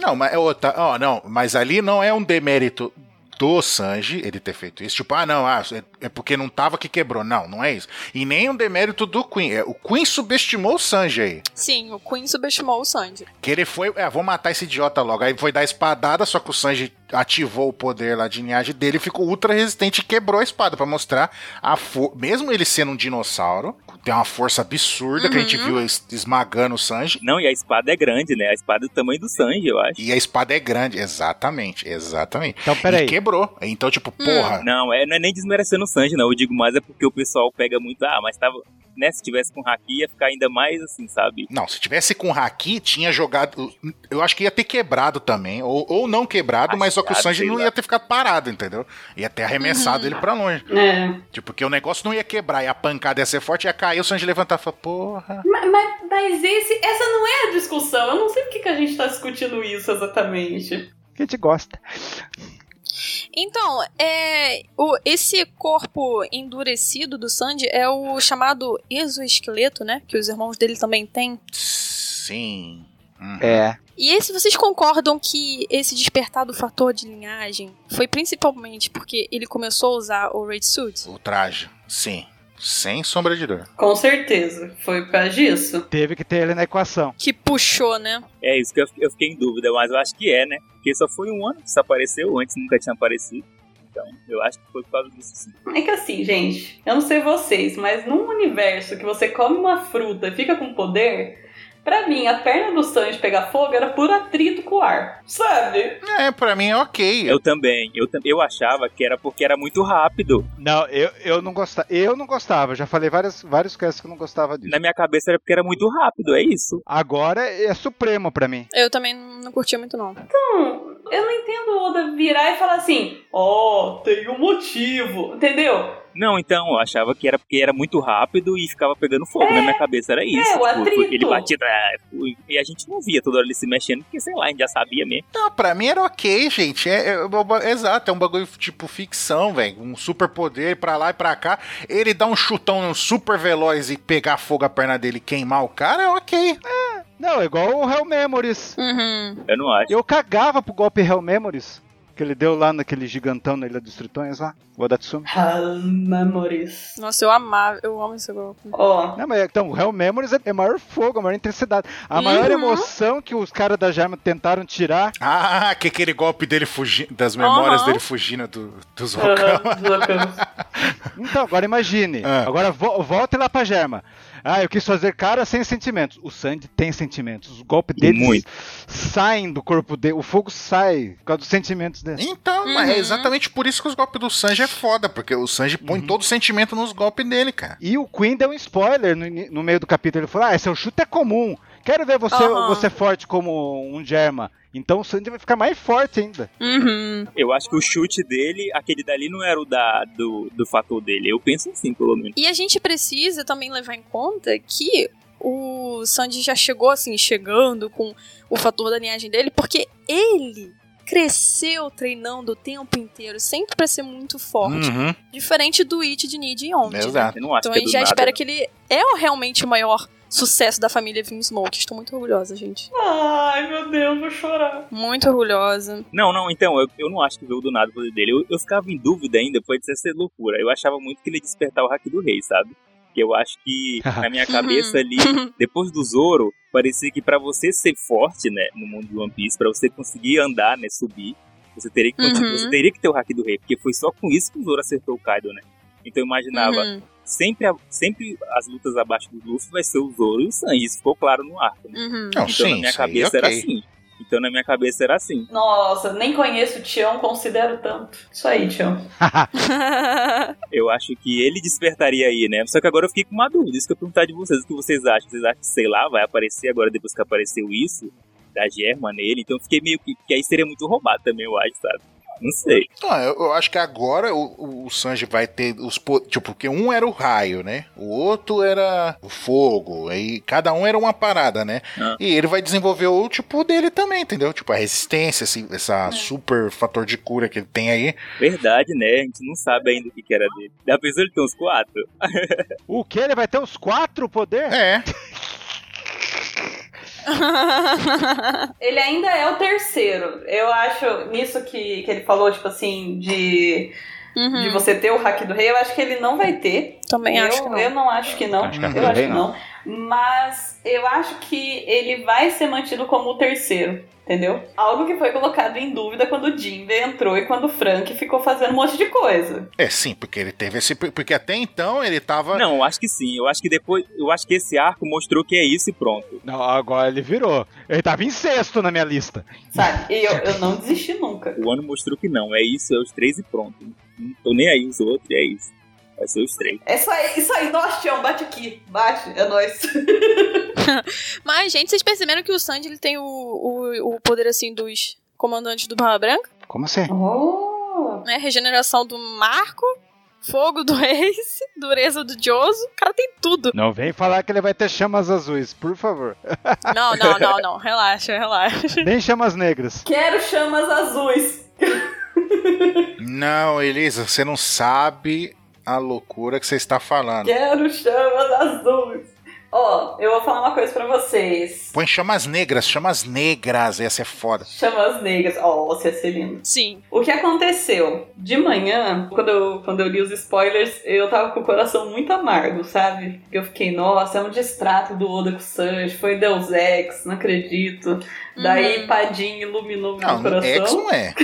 Speaker 2: Não, mas é outra. ó, não, mas ali não é um demérito do Sanji ele ter feito isso. Tipo, ah, não, ah, é porque não tava que quebrou. Não, não é isso. E nem um demérito do Queen. É, o Queen subestimou o Sanji aí.
Speaker 1: Sim, o Queen subestimou o Sandy.
Speaker 2: Que ele foi, é, vou matar esse idiota logo. Aí foi dar espadada, só que o Sanji ativou o poder lá de linhagem dele, ficou ultra resistente e quebrou a espada pra mostrar a força. Mesmo ele sendo um dinossauro, tem uma força absurda que a gente
Speaker 1: Uhum.
Speaker 2: viu es- esmagando o Sanji.
Speaker 4: Não, e a espada é grande, né? A espada é do tamanho do Sanji, eu acho.
Speaker 2: E a espada é grande, exatamente, exatamente.
Speaker 6: Então,
Speaker 2: E
Speaker 6: peraí.
Speaker 2: quebrou. Então, tipo, porra.
Speaker 4: Não, é, não é nem desmerecendo o Sanji, não. Eu digo mais é porque o pessoal pega muito. Ah, mas tava. Né, se tivesse com Haki, ia ficar ainda mais assim, sabe?
Speaker 2: Não, se tivesse com o Haki, tinha jogado. Eu acho que ia ter quebrado também. Ou, ou não quebrado, mas só que o
Speaker 4: Achado,
Speaker 2: Sanji
Speaker 4: Ah, sei
Speaker 2: não
Speaker 4: lá. Uhum.
Speaker 2: ia ter ficado parado, entendeu? Ia ter arremessado ele pra longe.
Speaker 7: É.
Speaker 2: Tipo, porque o negócio não ia quebrar, e a pancada ia ser forte, ia cair, o Sanji levantar e falar, porra.
Speaker 7: Mas, esse, essa não é a discussão. Eu não sei porque que a gente tá discutindo isso exatamente.
Speaker 6: Que a gente gosta.
Speaker 1: Então, é, o- esse corpo endurecido do Sandy é o chamado exoesqueleto, né? Que os irmãos dele também têm.
Speaker 2: Sim. Uhum.
Speaker 6: É.
Speaker 1: E aí, se vocês concordam que esse despertar do fator de linhagem foi principalmente porque ele começou a usar o Raid Suit?
Speaker 2: O traje. Sim. Sem sombra de dor.
Speaker 7: Com certeza. Foi por causa disso.
Speaker 6: Teve que ter ele na equação.
Speaker 1: Que puxou, né?
Speaker 4: É isso que eu, eu fiquei em dúvida, mas eu acho que é, né? Porque só foi um ano que isso apareceu, antes nunca tinha aparecido. Então, eu acho que foi por causa disso, sim.
Speaker 7: É que assim, gente, eu não sei vocês, mas num universo que você come uma fruta e fica com poder, pra mim, a perna do Sanji pegar fogo era por atrito com o ar. Sabe?
Speaker 2: É, pra mim é ok.
Speaker 4: Eu também. Eu, tam- eu achava que era porque era muito rápido.
Speaker 6: Não, eu, eu não gostava. Eu não gostava. Já falei várias, vários casos que eu não gostava disso.
Speaker 4: Na minha cabeça era porque era muito rápido, é isso.
Speaker 6: Agora é supremo pra mim.
Speaker 1: Eu também não curti muito, não.
Speaker 7: Hum, eu não entendo o Oda virar e falar assim: Ó, tem um motivo. Entendeu?
Speaker 4: Não, então, eu achava que era porque era muito rápido e ficava pegando fogo. Na minha cabeça era isso.
Speaker 7: É, o
Speaker 4: Tipo,
Speaker 7: atrito.
Speaker 4: Ele batia tá, e a gente não via toda hora ele se mexendo, porque sei lá, a gente já sabia mesmo.
Speaker 2: Não, pra mim era ok, gente. É, é- é- é- exato, é um bagulho tipo ficção, velho. Um superpoder pra lá e pra cá. Ele dá um chutão super veloz e pegar fogo a perna dele e queimar o cara, é ok.
Speaker 6: Não, é igual o Hell Memories.
Speaker 1: Uhum.
Speaker 4: Eu não acho.
Speaker 6: Eu cagava pro golpe Hell Memories. Que ele deu lá naquele gigantão na Ilha dos Tritões lá, o Odatsumi.
Speaker 3: Hell Memories.
Speaker 1: Nossa, eu amava, eu amo esse golpe.
Speaker 3: Ó,
Speaker 6: Não, mas então, o Hell Memories é- é maior fogo, a maior intensidade. A maior emoção que os caras da Jarma tentaram tirar.
Speaker 2: Ah, que aquele golpe dele fugindo, das memórias
Speaker 1: Aham.
Speaker 2: dele fugindo do, dos vulcão.
Speaker 3: aham, deslocamos.
Speaker 6: Então, agora imagine.
Speaker 4: É.
Speaker 2: Ah.
Speaker 6: Agora vo volte lá pra Germa. Ah, eu quis fazer cara sem sentimentos. O Sandy tem sentimentos. Os golpes
Speaker 4: E
Speaker 6: deles
Speaker 4: muito.
Speaker 6: saem do corpo dele. O fogo sai por causa dos sentimentos dele.
Speaker 2: Então,
Speaker 4: Uhum.
Speaker 2: mas é exatamente por isso que os golpes do Sanji é foda, porque o Sanji põe todo o sentimento nos golpes dele, cara.
Speaker 6: E o Queen deu um spoiler no, ini- no meio do capítulo. Ele falou: Ah, seu chute é comum. Quero ver você,
Speaker 1: Aham.
Speaker 6: você forte como um Germa. Então o Sandy vai ficar mais forte ainda.
Speaker 1: Uhum.
Speaker 4: Eu acho que o chute dele, aquele dali não era o da, do, do fator dele. Eu penso assim, pelo menos.
Speaker 1: E a gente precisa também levar em conta que o Sandy já chegou assim, chegando com o fator da linhagem dele, porque ele cresceu treinando o tempo inteiro, sempre pra ser muito forte.
Speaker 4: Hum.
Speaker 2: Uhum.
Speaker 1: Diferente do It de Nid e Onde. né?
Speaker 2: Exato.
Speaker 4: Eu não acho
Speaker 1: Então a
Speaker 4: que é do
Speaker 1: gente já
Speaker 4: nada,
Speaker 1: espera
Speaker 4: não.
Speaker 1: que ele é o realmente o maior sucesso da família Vinsmoke. Estou muito orgulhosa, gente.
Speaker 3: Ai, meu Deus, vou chorar.
Speaker 1: Muito orgulhosa.
Speaker 4: Não, não, então, eu, eu não acho que veio do nada o poder dele. Eu, eu ficava em dúvida ainda, pode ser ser loucura. Eu achava muito que ele ia despertar o hack do rei, sabe? Que eu acho que na minha cabeça ali, depois do Zoro, parecia que pra você ser forte, né, no mundo de One Piece, pra você conseguir andar, né, subir, você teria que,
Speaker 1: Uhum.
Speaker 4: você teria que ter o hack do rei, porque foi só com isso que o Zoro acertou o Kaido, né? Então eu imaginava,
Speaker 1: Uhum.
Speaker 4: sempre, a- sempre as lutas abaixo do Luffy vai ser o Zoro e o Sanji, isso ficou claro no arco, né?
Speaker 1: Uhum.
Speaker 2: Não,
Speaker 4: Então na
Speaker 2: sim,
Speaker 4: minha
Speaker 2: isso aí,
Speaker 4: cabeça era
Speaker 2: ok.
Speaker 4: assim. Então na minha cabeça era assim.
Speaker 3: Nossa, nem conheço o Tião, considero tanto. Isso aí, Tião.
Speaker 4: Eu acho que ele despertaria aí, né? Só que agora eu fiquei com uma dúvida. Isso que eu ia perguntar de vocês. O que vocês acham? Vocês acham que, sei lá, vai aparecer agora depois que apareceu isso? Da Germa nele? Então eu fiquei meio que. Que aí seria muito roubado também, eu acho, sabe? Não sei.
Speaker 2: Então, eu, eu acho que agora o, o- o Sanji vai ter os. po- Tipo, porque um era o raio, né? O outro era o fogo. Aí cada um era uma parada, né?
Speaker 4: Ah.
Speaker 2: E ele vai desenvolver o tipo dele também, entendeu? Tipo, a resistência, esse
Speaker 4: É.
Speaker 2: essa super fator de cura que ele tem aí.
Speaker 4: Verdade, né? A gente não sabe ainda o que, que era dele. Da pessoa ele tem uns quatro.
Speaker 6: O que? Ele vai ter os quatro poderes?
Speaker 2: É.
Speaker 3: Ele ainda é o terceiro. Eu acho, nisso que, que ele falou, tipo assim, de,
Speaker 1: Uhum.
Speaker 3: de você ter o hack do rei, eu acho que ele não vai ter.
Speaker 1: Também
Speaker 3: eu,
Speaker 1: acho que não.
Speaker 3: eu não acho que não.
Speaker 6: Acho que
Speaker 3: eu acho
Speaker 6: também
Speaker 3: que não. Mas eu acho que ele vai ser mantido como o terceiro. Entendeu? Algo que foi colocado em dúvida quando o Jinbe entrou e quando o Frank ficou fazendo um monte de coisa.
Speaker 2: É sim, porque ele teve esse. Porque até então ele tava.
Speaker 4: Não, eu acho que sim. Eu acho que depois. Eu acho que esse arco mostrou que é isso e pronto.
Speaker 6: Não, agora ele virou. Ele tava em sexto na minha lista.
Speaker 3: Sabe? E eu, eu não desisti nunca.
Speaker 4: O ano mostrou que não. É isso, é os três e pronto. Não tô nem aí os outros, é isso. Vai ser os três.
Speaker 3: É isso aí, isso aí, nós, Tião, bate aqui. Bate, é nóis.
Speaker 1: Mas, gente, vocês perceberam que o Sandy ele tem o, o, o poder assim dos comandantes do Barra Branca,
Speaker 6: Como assim?
Speaker 3: Oh,
Speaker 1: né? Regeneração do Marco, fogo do Ace, dureza do Joso. O cara tem tudo.
Speaker 6: Não vem falar que ele vai ter chamas azuis, por favor.
Speaker 1: Não, não, não, não. Relaxa, relaxa.
Speaker 6: Nem chamas negras.
Speaker 3: quero chamas azuis.
Speaker 2: Não, Elisa, você não sabe a loucura que você está falando.
Speaker 3: Quero chamas azuis. Ó, eu vou falar uma coisa pra vocês.
Speaker 2: Põe chamas negras, chamas negras, essa é foda.
Speaker 3: Chamas negras. Ó, você é lindo.
Speaker 1: Sim.
Speaker 3: O que aconteceu? De manhã, quando eu, quando eu li os spoilers, eu tava com o coração muito amargo, sabe? Eu fiquei, nossa, é um distrato do Oda com o Sanji, foi Deus Ex, não acredito. Daí
Speaker 1: Uhum.
Speaker 3: Padim iluminou meu
Speaker 2: Não, X
Speaker 3: coração.
Speaker 2: não é.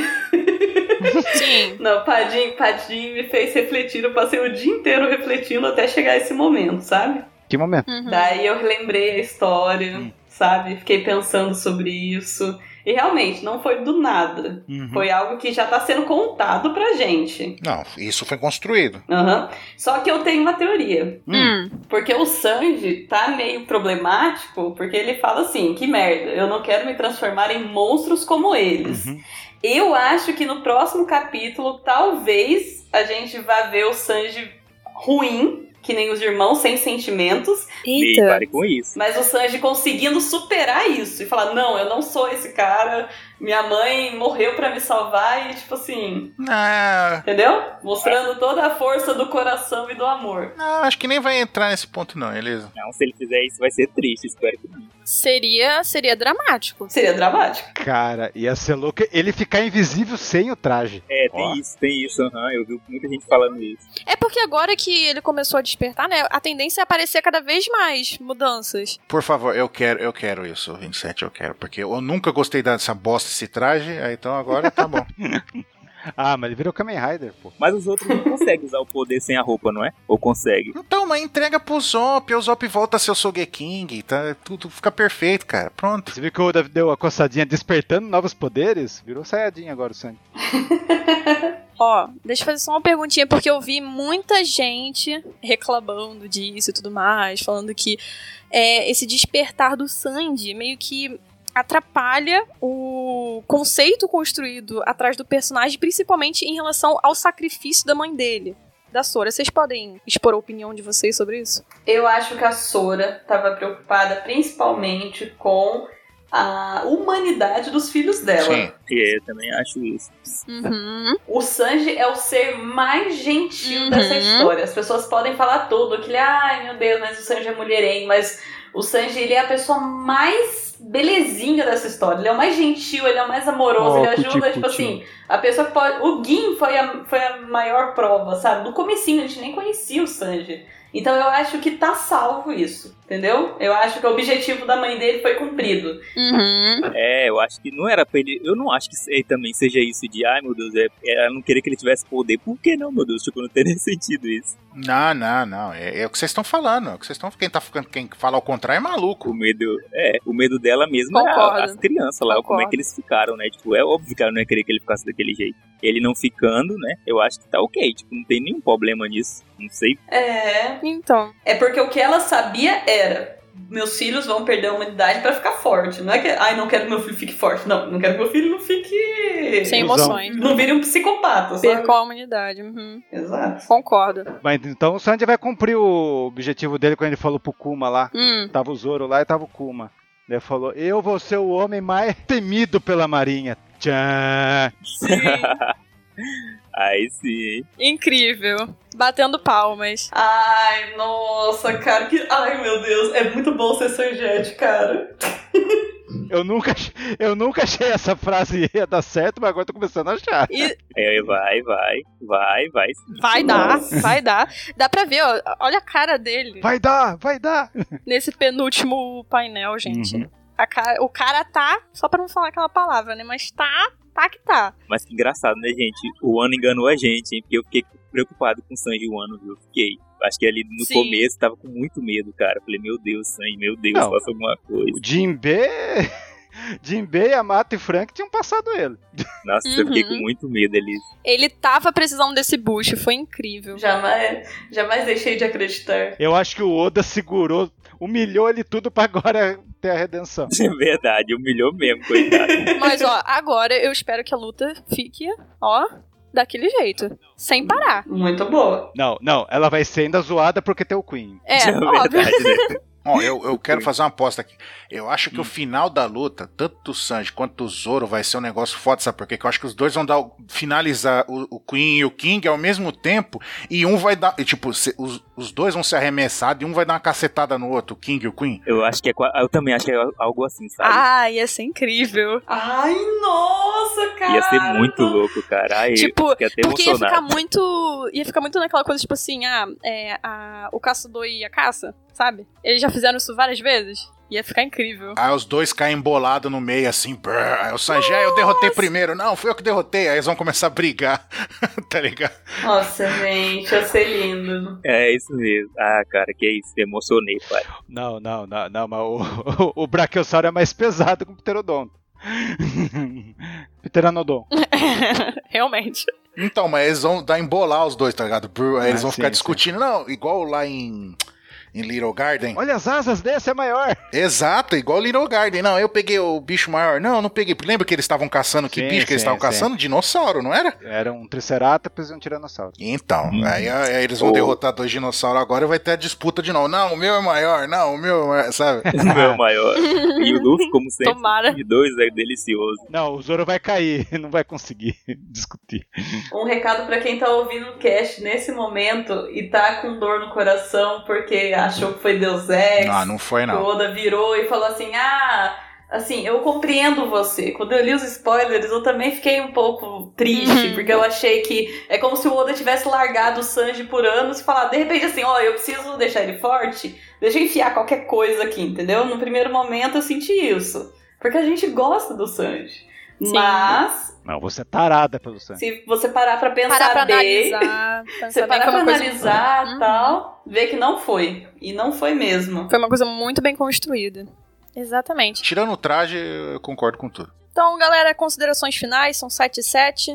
Speaker 1: Sim.
Speaker 3: Não, Padim, Padim me fez refletir, eu passei o dia inteiro refletindo até chegar esse momento, sabe?
Speaker 6: Que momento?
Speaker 1: Uhum.
Speaker 3: Daí eu lembrei a história,
Speaker 6: Hum.
Speaker 3: sabe? Fiquei pensando sobre isso. E realmente, não foi do nada.
Speaker 6: Hum.
Speaker 3: Foi algo que já tá sendo contado pra gente.
Speaker 2: Não, isso foi construído.
Speaker 3: Aham. Só que eu tenho uma teoria.
Speaker 1: Hum.
Speaker 3: Porque o Sanji tá meio problemático, porque ele fala assim: que merda, eu não quero me transformar em monstros como eles.
Speaker 6: Uhum.
Speaker 3: Eu acho que no próximo capítulo, talvez a gente vá ver o Sanji ruim, que nem os irmãos, sem sentimentos,
Speaker 4: E
Speaker 1: Eita.
Speaker 4: pare com isso.
Speaker 3: mas o Sanji conseguindo superar isso e falar: não, eu não sou esse cara, minha mãe morreu pra me salvar e tipo assim,
Speaker 2: Não,
Speaker 3: entendeu? Mostrando toda a força do coração e do amor.
Speaker 2: não, acho que nem vai entrar nesse ponto, não, Elisa.
Speaker 4: Não, se ele fizer isso, vai ser triste. Espero que não.
Speaker 1: Seria, seria dramático.
Speaker 3: Seria dramático.
Speaker 6: Cara, ia ser louco ele ficar invisível sem o traje.
Speaker 4: É, tem
Speaker 2: Ó.
Speaker 4: isso, tem isso, aham. Eu vi muita gente falando isso.
Speaker 1: É porque agora que ele começou a despertar, né? A tendência é aparecer cada vez mais mudanças.
Speaker 2: Por favor, eu quero, eu quero isso, 27, eu quero. Porque eu nunca gostei dessa bosta, esse traje, aí então agora tá bom.
Speaker 6: Ah, mas ele virou Kamen Rider, pô.
Speaker 4: Mas os outros não conseguem usar o poder sem a roupa, não é? Ou consegue?
Speaker 2: então, mas entrega pro Zop, o Zop volta a ser o Sogeking, tá, tudo fica perfeito, cara. Pronto.
Speaker 6: Você viu que o Davi deu a coçadinha despertando novos poderes? Virou Saiyajin agora o Sanji.
Speaker 1: Ó, deixa eu fazer só uma perguntinha, porque eu vi muita gente reclamando disso e tudo mais, falando que é, esse despertar do Sandy meio que atrapalha o conceito construído atrás do personagem, principalmente em relação ao sacrifício da mãe dele, da Sora. Vocês podem expor a opinião de vocês sobre isso?
Speaker 3: Eu acho que a Sora tava preocupada principalmente com a humanidade dos filhos dela.
Speaker 2: Sim.
Speaker 4: É, eu também acho isso.
Speaker 1: Uhum.
Speaker 3: O Sanji é o ser mais gentil
Speaker 1: Uhum.
Speaker 3: dessa história. As pessoas podem falar tudo, aquele, ai meu Deus, mas o Sanji é mulherengo, mas o Sanji ele é a pessoa mais belezinha dessa história. Ele é o mais gentil, ele é o mais amoroso,
Speaker 6: Ó,
Speaker 3: ele ajuda,
Speaker 6: cuti,
Speaker 3: tipo
Speaker 6: cuti.
Speaker 3: assim, a pessoa que pode. O Gin foi a, foi a maior prova, sabe? No comecinho a gente nem conhecia o Sanji. Então eu acho que tá salvo isso, entendeu? Eu acho que o objetivo da mãe dele foi cumprido.
Speaker 1: Uhum.
Speaker 4: É, eu acho que não era pra ele. Eu não acho que se- também seja isso de, ai meu Deus, é, ela não queria que ele tivesse poder. Por que não, meu Deus? Tipo, não teria sentido isso.
Speaker 2: Não, não, não. É, é o que vocês estão falando. É o que vocês estão. Quem tá ficando, quem fala ao contrário é maluco.
Speaker 4: O medo, é, o medo dela mesma era
Speaker 1: Concordo.
Speaker 4: as crianças lá, como é
Speaker 1: Concordo.
Speaker 4: que eles ficaram, né? Tipo, é óbvio que ela não ia querer que ele ficasse daquele jeito. Ele não ficando, né? Eu acho que tá ok, tipo, não tem nenhum problema nisso. Não sei.
Speaker 3: É,
Speaker 1: Então,
Speaker 3: É porque o que ela sabia era: meus filhos vão perder a humanidade pra ficar forte. Não é que, ai, não quero que meu filho fique forte. Não, não quero que meu filho não fique.
Speaker 1: sem
Speaker 6: Ilusão.
Speaker 1: emoções.
Speaker 3: Não vire um psicopata, sabe?
Speaker 1: Perco a humanidade. Uhum.
Speaker 3: Exato.
Speaker 1: Concordo.
Speaker 6: Mas então o Sanji vai cumprir o objetivo dele quando ele falou pro Kuma lá.
Speaker 1: Hum.
Speaker 6: Tava o Zoro lá e tava o Kuma. Daí Ele falou: Eu vou ser o homem mais temido pela marinha. Tchan!
Speaker 4: Aí sim.
Speaker 1: Incrível. Batendo palmas.
Speaker 3: Ai, nossa, cara, que. Ai, meu Deus, é muito bom ser Sanjete, cara.
Speaker 6: Eu nunca, ach- eu nunca achei essa frase ia dar certo, mas agora tô começando a achar.
Speaker 1: E
Speaker 4: É, vai, vai, vai, vai.
Speaker 1: vai dar, vai dar. Dá pra ver, ó, olha a cara dele
Speaker 6: Vai dar, vai dar!
Speaker 1: nesse penúltimo painel, gente.
Speaker 6: Uhum.
Speaker 1: A cara- o cara tá, só pra não falar aquela palavra, né? Mas tá, tá que tá.
Speaker 4: Mas que engraçado, né, gente? O ano enganou a gente, hein? Porque eu fiquei preocupado com o Sanji o ano, viu? Fiquei. Acho que ali no
Speaker 1: Sim.
Speaker 4: começo tava com muito medo, cara. Falei, meu Deus, Sanji, meu Deus,
Speaker 6: Não.
Speaker 4: faça alguma coisa.
Speaker 6: O Jinbe. Jinbe, Yamato e Frank tinham passado ele.
Speaker 4: Nossa, eu fiquei
Speaker 1: Uhum.
Speaker 4: com muito medo ali.
Speaker 1: Ele tava precisando desse boost, foi incrível.
Speaker 3: Jamais, jamais deixei de acreditar.
Speaker 6: Eu acho que o Oda segurou, humilhou ele tudo pra agora ter a redenção.
Speaker 4: É verdade, humilhou mesmo, coitado.
Speaker 1: Mas, ó, agora eu espero que a luta fique, ó, daquele jeito. Sem parar.
Speaker 3: Muito boa.
Speaker 6: Não, não, ela vai ser ainda zoada porque tem o Queen.
Speaker 1: É,
Speaker 4: É
Speaker 1: óbvio.
Speaker 4: verdade, né?
Speaker 2: Ó, eu, eu quero fazer uma aposta aqui. Eu acho que o final da luta, tanto do Sanji quanto do Zoro, vai ser um negócio foda, sabe por quê? Porque eu acho que os dois vão dar o- finalizar o, o Queen e o King ao mesmo tempo, e um vai dar. e, Tipo, se- os, os dois vão ser arremessados e um vai dar uma cacetada no outro, o King e o Queen.
Speaker 4: Eu acho que é. qua- Eu também acho que é algo assim, sabe?
Speaker 1: Ah, ia ser incrível.
Speaker 3: Ai, nossa, cara.
Speaker 4: Ia ser muito louco, cara. Ai,
Speaker 1: Ah, Tipo,
Speaker 4: eu fiquei até
Speaker 1: Porque ia ficar
Speaker 4: emocionado.
Speaker 1: muito. Ia ficar muito naquela coisa, tipo assim, ah, é, a- o caçador e a caça, sabe? Eles já fizeram isso várias vezes. Ia ficar incrível.
Speaker 2: Aí os dois caem embolados no meio, assim, brrr. Aí o Sanji, "Ah, eu derrotei primeiro. Não, fui eu que derrotei. Aí eles vão começar a brigar, tá ligado?
Speaker 3: Nossa, gente, ia ser lindo.
Speaker 4: É isso mesmo. Ah, cara, que isso. Me emocionei, pai.
Speaker 6: Não, não, não, não, mas o, o, o Brachiosauro é mais pesado que o Pterodonto. Pteranodon.
Speaker 1: Realmente.
Speaker 2: Então, mas eles vão dar embolar os dois, tá ligado? Brrr, Aí eles
Speaker 6: Ah,
Speaker 2: vão
Speaker 6: sim,
Speaker 2: ficar
Speaker 6: sim.
Speaker 2: discutindo. Não, igual lá em, em Little Garden.
Speaker 6: Olha as asas desse, é maior.
Speaker 2: Exato, igual Little Garden. Não, eu peguei o bicho maior. Não, eu não peguei. Lembra que eles estavam caçando? Que
Speaker 6: Sim,
Speaker 2: bicho que eles
Speaker 6: sim,
Speaker 2: estavam
Speaker 6: sim.
Speaker 2: caçando? Dinossauro, não era?
Speaker 6: Era um Triceratops e um Tiranossauro.
Speaker 2: Então,
Speaker 4: Hum.
Speaker 2: aí, aí eles vão
Speaker 4: Ou-
Speaker 2: derrotar dois dinossauros agora e vai ter a disputa de novo. Não, o meu é maior. Não, o meu é maior, sabe?
Speaker 4: Meu maior. E o Luffy, como sempre,
Speaker 1: Tomara.
Speaker 4: de dois é delicioso.
Speaker 6: Não, o Zoro vai cair, não vai conseguir discutir.
Speaker 3: Um recado pra quem tá ouvindo o cast nesse momento e tá com dor no coração porque achou que foi Deus
Speaker 1: É
Speaker 3: Ex.
Speaker 2: Ah, não foi
Speaker 3: O
Speaker 2: não.
Speaker 3: Oda virou e falou assim: Ah, assim, eu compreendo você. Quando eu li os spoilers, eu também fiquei um pouco triste,
Speaker 1: Uhum.
Speaker 3: porque eu achei que é como se o Oda tivesse largado o Sanji por anos e falado, de repente, assim, ó, eu preciso deixar ele forte, deixa eu enfiar qualquer coisa aqui, entendeu? No primeiro momento eu senti isso. Porque a gente gosta do Sanji.
Speaker 1: Sim.
Speaker 3: Mas,
Speaker 6: Não, você é tarada pelo sangue.
Speaker 3: se você parar pra pensar
Speaker 1: Parar pra
Speaker 3: bem.
Speaker 1: analisar. pensar
Speaker 3: Você
Speaker 1: bem,
Speaker 3: parar
Speaker 1: foi
Speaker 3: pra
Speaker 1: uma coisa-
Speaker 3: analisar
Speaker 1: Uhum.
Speaker 3: tal, ver que não foi. E não foi mesmo.
Speaker 1: Foi uma coisa muito bem construída. Exatamente.
Speaker 2: Tirando o traje, eu concordo com tudo.
Speaker 1: Então, galera, considerações finais, são 7 e 7.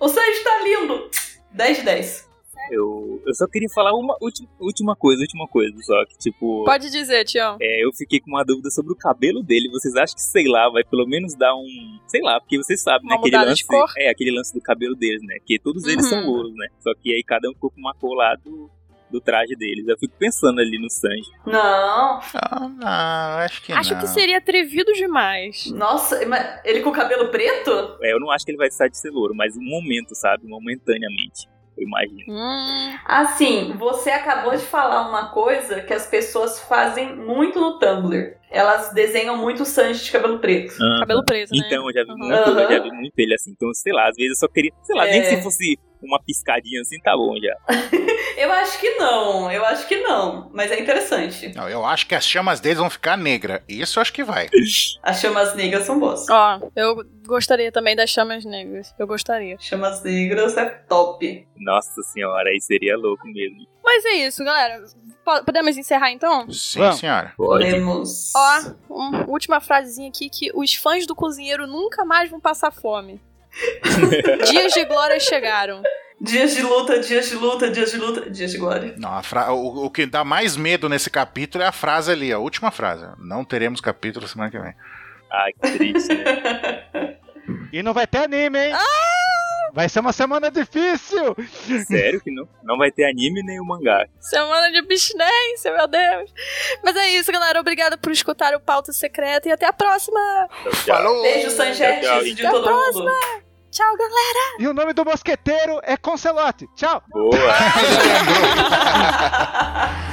Speaker 3: O Sanji tá lindo! 10 de 10.
Speaker 4: Eu, eu só queria falar uma última, última coisa, última coisa só. Que, tipo,
Speaker 1: Pode dizer, Tião.
Speaker 4: é, eu fiquei com uma dúvida sobre o cabelo dele. Vocês acham que, sei lá, vai pelo menos dar um. Sei lá, porque vocês sabem, né?
Speaker 1: Uma
Speaker 4: Aquele
Speaker 1: mudada
Speaker 4: lance,
Speaker 1: de cor?
Speaker 4: É, aquele lance do cabelo deles, né? Que todos eles são
Speaker 1: Uhum.
Speaker 4: louros, né? Só que aí cada um ficou com uma cor lá do, do traje deles. Eu fico pensando ali no Sanji.
Speaker 3: Não,
Speaker 2: Ah, não, acho que
Speaker 1: Acho
Speaker 2: não.
Speaker 1: que seria atrevido demais.
Speaker 3: nossa, mas ele com o cabelo preto?
Speaker 4: É, eu não acho que ele vai sair de ser louro, mas um momento, sabe? Momentaneamente. Eu imagino.
Speaker 1: Hum,
Speaker 3: Assim, você acabou de falar uma coisa que as pessoas fazem muito no Tumblr. Elas desenham muito o Sanji de cabelo preto.
Speaker 4: Ah,
Speaker 1: cabelo preto, né?
Speaker 4: Então, eu já vi
Speaker 1: Uhum.
Speaker 4: muito, eu já vi
Speaker 3: Aham.
Speaker 4: muito ele assim. Então, sei lá, às vezes eu só queria, sei lá, nem
Speaker 3: É.
Speaker 4: se fosse uma piscadinha assim, tá bom já.
Speaker 3: Eu acho que não, eu acho que não, mas é interessante.
Speaker 2: Não, eu acho que as chamas deles vão ficar negra. Isso eu acho que vai.
Speaker 3: As chamas negras são boas.
Speaker 1: Ó, eu gostaria também das chamas negras. Eu gostaria.
Speaker 3: Chamas negras é top.
Speaker 4: Nossa senhora, aí seria louco mesmo.
Speaker 1: Mas é isso, galera. Po- Podemos encerrar então?
Speaker 2: Sim,
Speaker 6: Vamos.
Speaker 2: senhora.
Speaker 3: Podemos.
Speaker 1: Ó, um- última frasezinha aqui que os fãs do cozinheiro nunca mais vão passar fome. Dias de glória chegaram.
Speaker 3: Dias de luta, dias de luta, dias de luta, dias de glória.
Speaker 2: Não, a fra- o, o que dá mais medo nesse capítulo é a frase ali, a última frase. Não teremos capítulo semana que vem.
Speaker 4: Ai, que triste, né?
Speaker 6: E não vai ter anime, hein? Vai ser uma semana difícil!
Speaker 4: Sério que não? Não vai ter anime nem o mangá.
Speaker 1: Semana de abstinência, meu Deus. Mas é isso, galera. Obrigada por escutar o Pauta Secreta e até a próxima.
Speaker 4: Então, tchau.
Speaker 2: Falou!
Speaker 3: Beijo, Sanji, artista
Speaker 1: Até
Speaker 3: de
Speaker 1: a
Speaker 3: todo mundo.
Speaker 1: Tchau, galera.
Speaker 6: E o nome do mosqueteiro é Concelote. Tchau!
Speaker 4: Boa!
Speaker 3: Ha ha ha!